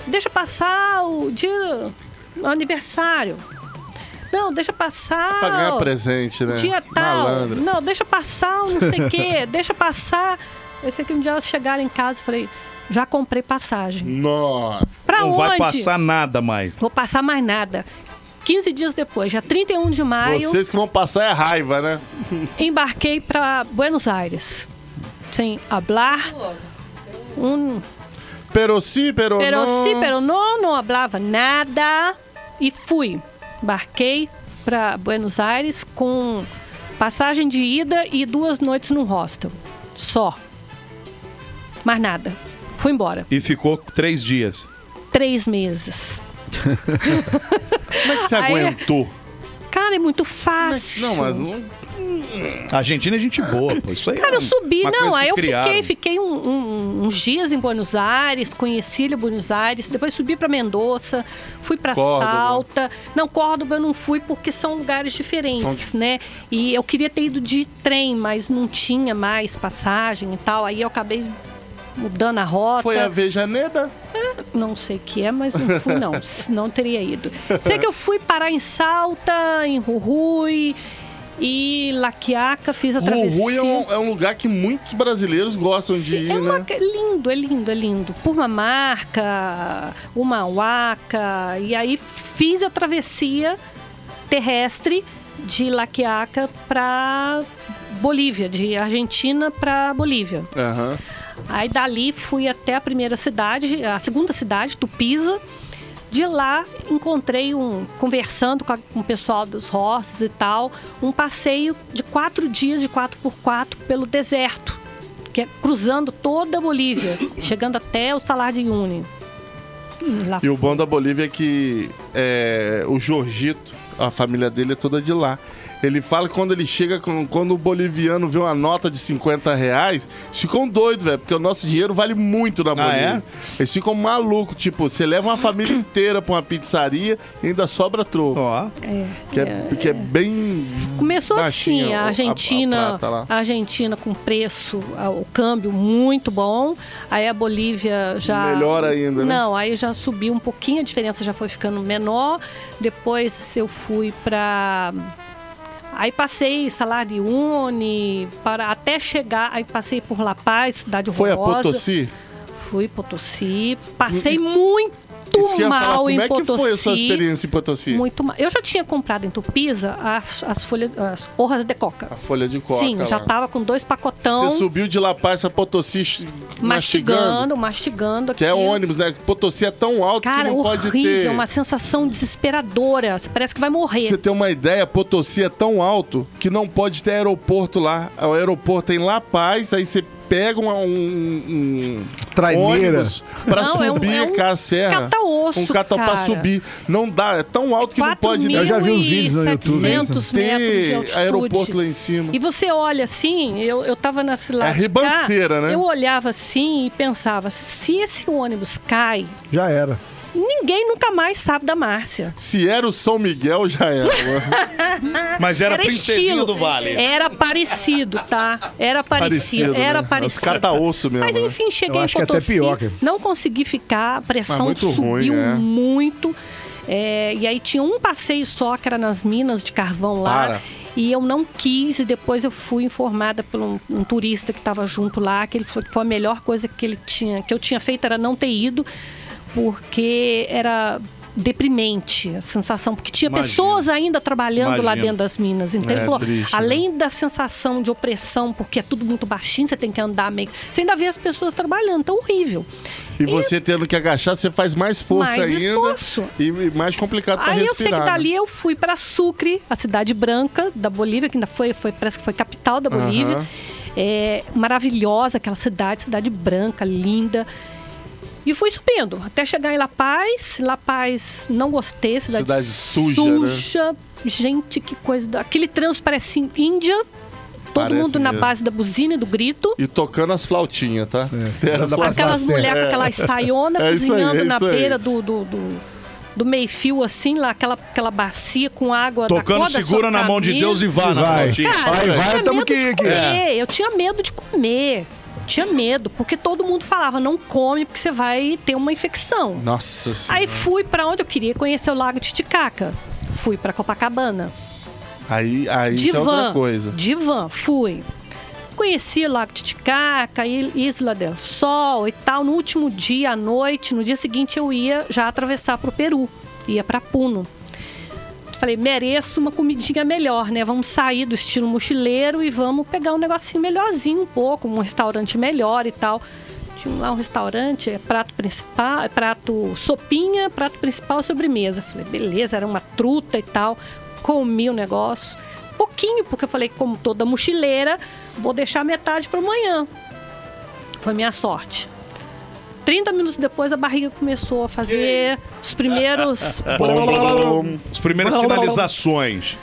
deixa passar o dia. o aniversário. Não, deixa passar.
Pra ganhar
o
presente, né?
Dia tal.
Malandro.
Não, deixa passar o não sei o quê, deixa passar. Eu sei que um dia elas chegaram em casa e falei: já comprei passagem.
Nossa.
Pra
Não
onde?
vai passar nada mais.
Vou passar mais nada. 15 dias depois, já 31 de maio.
Vocês que vão passar é raiva, né?
embarquei para Buenos Aires. Sem hablar.
Oh,
Um,
Pero sí, pero,
pero
no.
sí, pero no, não hablava nada. E fui. Embarquei para Buenos Aires com passagem de ida e duas noites num hostel. Só. Mais nada. Fui embora.
E ficou três dias.
Três meses.
Como é que você
Aí-
aguentou?
Cara, é muito fácil.
Não, mas não-
A Argentina é gente boa, pô. Isso aí
Cara,
é
eu subi,
uma
não.
coisa que
Aí eu
criaram.
fiquei, fiquei um- um- uns dias em Buenos Aires, conheci ele em Buenos Aires, depois subi para Mendoza, fui para
Córdoba.
Salta. Não, Córdoba eu não fui porque são lugares diferentes, né? E eu queria ter ido de trem, mas não tinha mais passagem e tal. Aí eu acabei mudando a rota.
foi a Vejaneda?
Não sei o que é, mas não fui, não. S- Não teria ido. Sei que eu fui parar em Salta, em Rui e Laquiaca, fiz a travessia.
Rui é um, é um lugar que muitos brasileiros gostam de
Sim,
ir,
é uma-
né?
lindo, é lindo, é lindo. Por uma marca, uma uaca. E aí fiz a travessia terrestre de Laquiaca para Bolívia, de Argentina para Bolívia.
Aham.
Aí dali fui até a primeira cidade, a segunda cidade, Tupiza. De lá encontrei um, conversando com, a- com o pessoal dos horses e tal, um passeio de quatro dias, de 4x4, pelo deserto, que é cruzando toda a Bolívia, chegando até o Salar de Uyuni. Hum, Lá
E o bom da Bolívia é que é, o Jorgito, a família dele é toda de lá. Ele fala que quando ele chega, com- quando o boliviano vê uma nota de 50 reais, eles ficam doidos, velho, porque o nosso dinheiro vale muito na Bolívia. Eles ficam malucos, tipo, você leva uma família inteira pra uma pizzaria e ainda sobra troco.
Tá
Ó,
que, é, que é bem.
Começou
baixinha
assim,
o-
a
A,
Argentina,
prata lá.
a Argentina com preço, a- o câmbio muito bom. Aí a Bolívia já
Melhor ainda, né?
Não, aí já subiu um pouquinho, a diferença já foi ficando menor. Depois eu fui para Aí passei Salar de Une, para até chegar, aí passei por La Paz, cidade
Foi a
horrorosa.
Potosí?
Fui Potosí, passei muito muito
Isso que eu ia falar,
mal
como
em
é que
Potosí.
foi a sua experiência em Potosí?
Muito mal. Eu já tinha comprado em Tupisa as, as folhas, as horras de coca.
A folha de coca.
Sim, eu já tá
lá.
tava com dois pacotão,
Você subiu de La Paz pra Potosí ch- mastigando.
mastigando, mastigando.
Que é
aquilo.
ônibus, né? Potosí é tão alto que
Cara,
não
horrível,
pode ter.
uma sensação desesperadora. Você parece que vai morrer.
Pra Você tem uma ideia, Potosí é tão alto que não pode ter aeroporto lá. O aeroporto é em La Paz, aí você pega uma, um, um
Traineira.
ônibus pra
Não, é um-
subir
é um
cara, a serra.
cata-osso,
um cata pra
cara.
subir. Não dá, é tão alto que não pode
mil. Eu já vi uns vídeos no YouTube. né?
4.700
Tem
metros de altitude.
aeroporto lá em cima.
E você olha assim, eu, eu tava nesse lado
É a
de cá,
ribanceira, né?
Eu olhava assim e pensava, se esse ônibus cai,
Já era.
ninguém nunca mais sabe da Márcia.
Se era o São Miguel, já era.
Mas era, a
Era
princesinha
estilo.
do vale.
Era parecido, tá? Era parecido,
né?
era
Os
parecido.
cata-osso mesmo.
Mas
né?
enfim, cheguei
Eu
em
acho que é até
Potosí,
pior, cara.
não consegui ficar, a pressão
Mas muito
subiu
ruim, é.
muito. é, e aí tinha um passeio só, que era nas minas de carvão lá.
Para.
E eu não quis, e depois eu fui informada por um, um turista que estava junto lá, que ele falou que foi a melhor coisa que ele tinha, que eu tinha feito era não ter ido, porque era deprimente a sensação, porque tinha
Imagino.
pessoas ainda trabalhando lá
Imagino.
dentro das minas. Então ele
É
falou,
triste, né?
além além da sensação de opressão, porque é tudo muito baixinho, você tem que andar meio. Você ainda vê as pessoas trabalhando, tão horrível.
E você tendo que agachar, você faz mais força
Mais
ainda.
esforço.
E, e mais complicado pra
Aí eu sei que tá
respirar. né?
dali eu fui para Sucre, a cidade branca da Bolívia, que ainda foi, foi parece que foi capital da Bolívia.
Aham.
É, maravilhosa aquela cidade, cidade branca, linda. E fui subindo, até chegar em La Paz. La Paz, não gostei, cidade,
Cidade suja, né?
suja. Gente, que coisa. da- Aquele trânsito parece Índia. Todo
Parece
mundo na
mesmo.
base da buzina e do grito.
E tocando as flautinhas, tá? Era
Não É. dá pra-
as-
Aquelas
Tá
mulheres com aquelas saionas
É isso aí,
cozinhando
é
na
isso aí.
beira do, do, do, do meio-fio, assim, lá, aquela, aquela bacia com água da
Tocando,
cor da
segura
sua
na mão de
camisa.
Deus e vá na
Vai.
flautinha.
Cara,
Vai,
eu
vai,
tinha
tamo
medo
aqui,
de
aqui.
comer. Eu tinha medo de comer. Tinha medo, porque todo mundo falava, não come porque você vai ter uma infecção.
Nossa senhora.
Aí fui pra onde eu queria conhecer o Lago Titicaca. Fui pra Copacabana.
Aí, aí já é outra
Divã.
coisa.
Divã, fui. Conheci Lago Titicaca, Il- Isla del Sol e tal. No último dia, à noite, no dia seguinte, eu ia já atravessar para o Peru. Ia para Puno. Falei, mereço uma comidinha melhor, né? Vamos sair do estilo mochileiro e vamos pegar um negocinho melhorzinho um pouco, um restaurante melhor e tal. Tinha lá um restaurante, é prato principal, é prato sopinha, prato principal, sobremesa. Falei, beleza, era uma truta e tal. Comi o negócio. Pouquinho, porque eu falei, como toda mochileira, vou deixar metade para amanhã. Foi minha sorte. 30 minutos depois a barriga começou a fazer os primeiros
As primeiras sinalizações.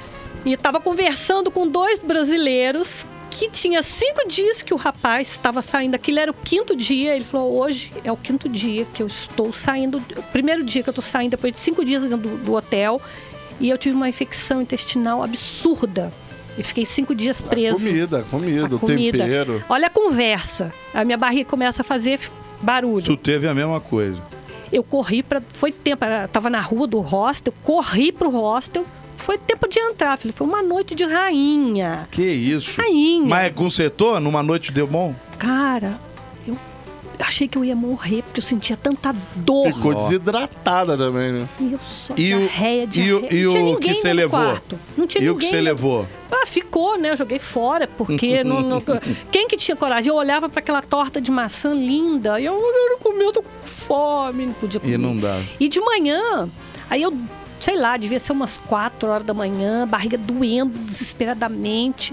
e estava conversando com dois brasileiros que tinha cinco dias que o rapaz estava saindo. Aquilo era o quinto dia. Ele falou: hoje é o quinto dia que eu estou saindo. O primeiro dia que eu estou saindo, depois de cinco dias dentro do, do hotel. E eu tive uma infecção intestinal absurda. E fiquei cinco dias preso.
Comida, comida,
A
o tempero.
Olha a conversa. A minha barriga começa a fazer barulho.
Tu teve a mesma coisa.
Eu corri para Foi tempo, era- tava na rua do hostel, corri pro hostel, foi tempo de entrar, filho. Foi uma noite de rainha.
Que isso?
Rainha.
Mas consertou numa noite deu bom?
Cara, eu achei que eu ia morrer, porque eu sentia tanta dor.
Ficou desidratada também, né?
E eu só
E o-
diarreia,
e o-
diarreia.
e
Não tinha
o
ninguém
que você
no
levou?
quarto. Não tinha
E o que
ninguém
você
no-
levou?
Ah, ficou, né? Eu joguei fora, porque... não, não- Quem que tinha coragem? Eu olhava para aquela torta de maçã linda, e eu, eu não comi, eu tô com fome, não podia comer.
E não dava.
E de manhã, aí eu, sei lá, devia ser umas 4 horas da manhã, barriga doendo desesperadamente.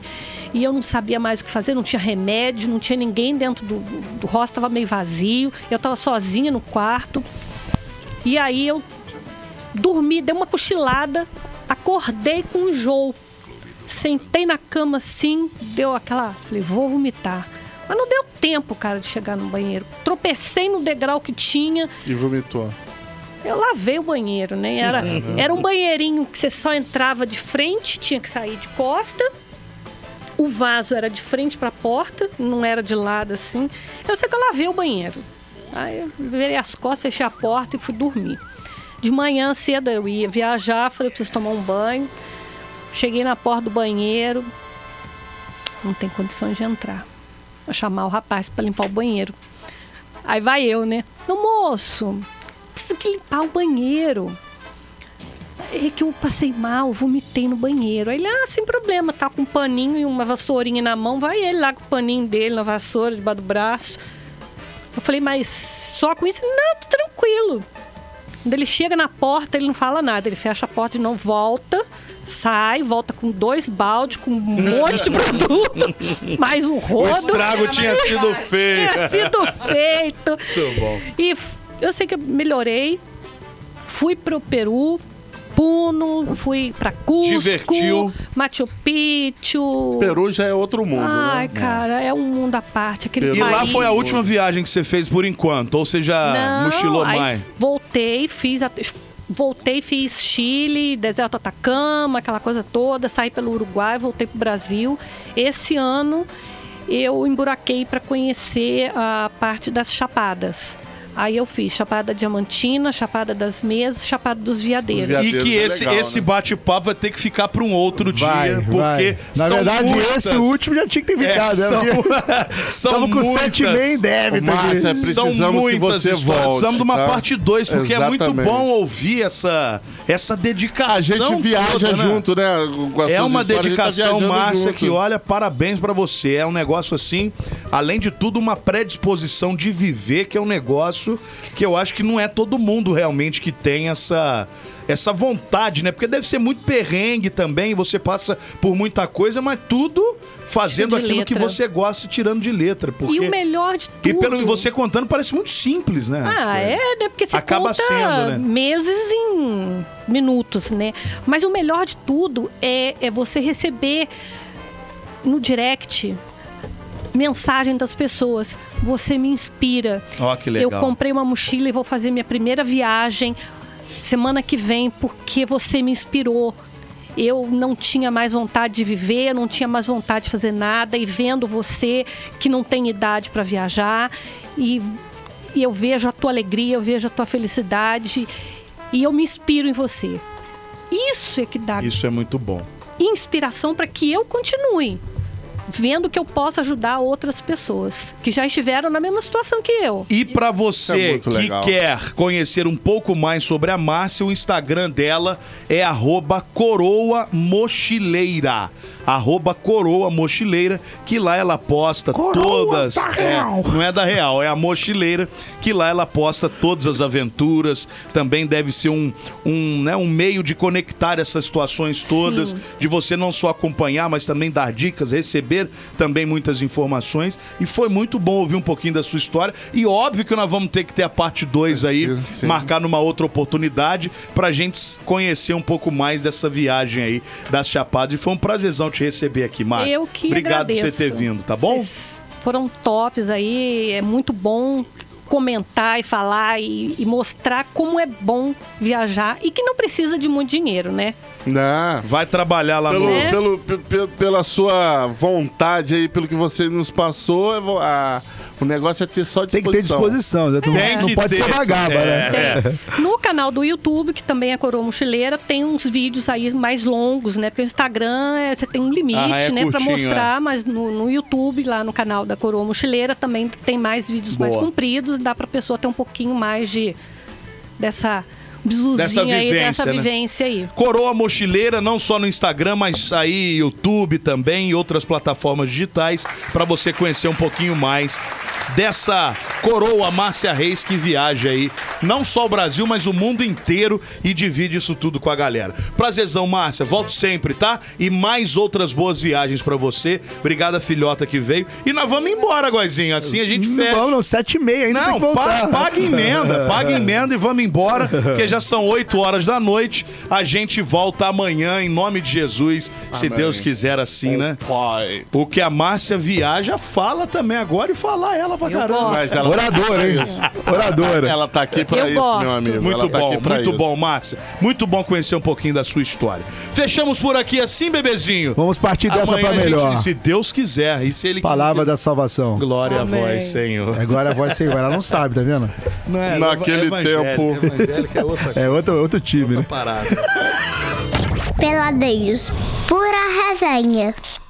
E eu não sabia mais o que fazer, não tinha remédio, não tinha ninguém dentro do, do rosto, tava meio vazio. Eu tava sozinha no quarto. E aí eu dormi, dei uma cochilada, acordei com um enjoo. Sentei na cama assim, deu aquela. Falei, vou vomitar. Mas não deu tempo, cara, de chegar no banheiro. Tropecei no degrau que tinha,
E vomitou.
eu lavei o banheiro, né? Era, era um banheirinho que você só entrava de frente, tinha que sair de costa. O vaso era de frente para a porta, não era de lado assim. Eu sei que eu lavei o banheiro. Aí eu virei as costas, fechei a porta e fui dormir. De manhã cedo eu ia viajar, falei, preciso tomar um banho. Cheguei na porta do banheiro, não tem condições de entrar. Eu chamar o rapaz para limpar o banheiro. Aí vai eu, né? No moço, preciso que limpar o banheiro. É que eu passei mal, vomitei no banheiro. Aí ele, ah, sem problema, tá com um paninho e uma vassourinha na mão. Vai ele lá com o paninho dele na vassoura, debaixo do braço. Eu falei, mas só com isso? Não, tô tranquilo. Quando ele chega na porta, ele não fala nada. Ele fecha a porta de novo, volta, sai, volta com dois baldes, com um monte de produto, mais um rodo.
O estrago tinha sido feio.
Tinha sido feito.
Muito bom.
E f- eu sei que eu melhorei. Fui pro Peru, Puno, fui pra Cusco,
Divertiu.
Machu Picchu.
Peru já é outro mundo,
Ai,
né?
cara, é um mundo à parte. Aquele
E lá
país.
foi a última viagem que você fez por enquanto, ou você já
Não,
Ah, mochilou
aí
mais?
Voltei, fiz a- voltei, fiz Chile, deserto Atacama, aquela coisa toda, saí pelo Uruguai, voltei pro Brasil. Esse ano eu emburaquei para conhecer a parte das chapadas. Aí eu fiz Chapada Diamantina, Chapada das Mesas, Chapada dos Veadeiros.
Os
E
Viadeiro
que
tá
esse,
legal,
esse
né?
bate-papo vai ter que ficar para um outro
Vai,
dia, porque
vai. Na
são
verdade,
muitas-
esse último já tinha que ter
É,
ficado. né?
são, são
Tava com
muitas.
7,5 em débito.
Massa,
aqui.
é Precisamos
são muitas
que você
histórias.
volte,
Precisamos de uma
tá?
parte 2, porque é muito
Exatamente.
bom ouvir essa, essa dedicação.
A gente viaja
toda, né?
junto, né? com as
É
suas
uma
histórias, a gente tá
dedicação
viajando
massa
junto.
que, olha, parabéns pra você. É um negócio assim, além de tudo, uma predisposição de viver, que é um negócio que eu acho que não é todo mundo realmente que tem essa essa vontade, né? Porque deve ser muito perrengue também, você passa por muita coisa, mas tudo fazendo
Tirando de
aquilo que
letra.
você gosta e tirando de letra, porque
E o melhor de tudo.
e pelo você contando parece muito simples, né? as
Ah,
coisas.
é, né? Porque você
Acaba
conta
sendo, né?
meses em minutos, né? Mas o melhor de tudo é, é você receber no direct mensagem das pessoas. Você me inspira.
Ó, que legal.
Eu comprei uma mochila e vou fazer minha primeira viagem semana que vem porque você me inspirou. Eu não tinha mais vontade de viver, não tinha mais vontade de fazer nada e vendo você que não tem idade para viajar e, e eu vejo a tua alegria, eu vejo a tua felicidade e eu me inspiro em você. Isso é que dá
Isso é muito bom.
inspiração para que eu continue vendo que eu posso ajudar outras pessoas que já estiveram na mesma situação que eu.
E pra
Isso é
você
muito
que
legal.
quer conhecer um pouco mais sobre a Márcia, o Instagram dela é arroba coroa mochileira. Arroba coroa mochileira, que lá ela posta todas. é, não é da real, é a mochileira, que lá ela posta todas as aventuras. Também deve ser um, um, né, um meio de conectar essas situações todas, de você não só acompanhar, mas também dar dicas, receber também muitas informações. E foi muito bom ouvir um pouquinho da sua história. E óbvio que nós vamos ter que ter a parte 2 aí,
Sim, sim.
marcar numa outra oportunidade, pra gente conhecer um pouco mais dessa viagem aí das Chapadas. E foi um prazerzão te receber aqui, Márcia.
eu que
Obrigado
agradeço.
por você ter vindo, tá bom?
Vocês foram tops aí, é muito bom comentar e falar e, e mostrar como é bom viajar e que não precisa de muito dinheiro, né?
Não.
Vai trabalhar lá
Pelo,
no.
Né?
pelo, pe- pe- pela sua vontade aí, pelo que você nos passou, eu vou- a- o negócio é ter só
Tem que ter
disposição.
disposição. né? Não,
Tem
não
que
pode
ter,
ser vagaba,
é.
né?
No canal do YouTube, que também é Coroa Mochileira, tem uns vídeos aí mais longos, né? Porque o Instagram é- você tem um limite,
Ah, é
né? Pra
curtinho,
mostrar, mas no, no YouTube, lá no canal da Coroa Mochileira, também tem mais vídeos mais
Boa.
compridos. Dá pra pessoa ter um pouquinho mais de... Dessa bisuzinha
Dessa
aí, dessa
vivência, né?
vivência aí.
Coroa Mochileira, não só no Instagram, mas aí YouTube também e outras plataformas digitais para você conhecer um pouquinho mais dessa coroa Márcia Reis que viaja aí, não só o Brasil, mas o mundo inteiro e divide isso tudo com a galera. Prazerzão, Márcia, volto sempre, tá? E mais outras boas viagens para você. Obrigada, filhota que veio. E nós vamos embora, Goizinho, assim a gente fecha.
Não, não, sete e meia ainda tem que
Não,
voltar.
pa- paga emenda, paga emenda e vamos embora, porque já são 8 horas da noite. A gente volta amanhã, em nome de Jesus, se Deus quiser assim, né?
Pai.
Porque a Márcia viaja, fala também agora e fala ela pra caramba.
Mas ela,
Oradora, hein? Oradora.
ela tá aqui pra
Eu
isso,
gosto.
meu amigo.
Muito
Ela tá
bom,
aqui pra
muito
isso.
bom, Márcia. Muito bom conhecer um pouquinho da sua história. Fechamos por aqui assim, bebezinho.
Vamos partir dessa
Amanhã
pra
a gente,
melhor.
se Deus quiser, e se ele
Palavra
quiser.
da salvação.
Glória
Amém.
a vós, Senhor.
Agora a voz sem ela não sabe, tá vendo?
Não, é
Naquele tempo.
Evangélico é outra
É outro, outro time, né?
parada.
Peladeiros, pura resenha.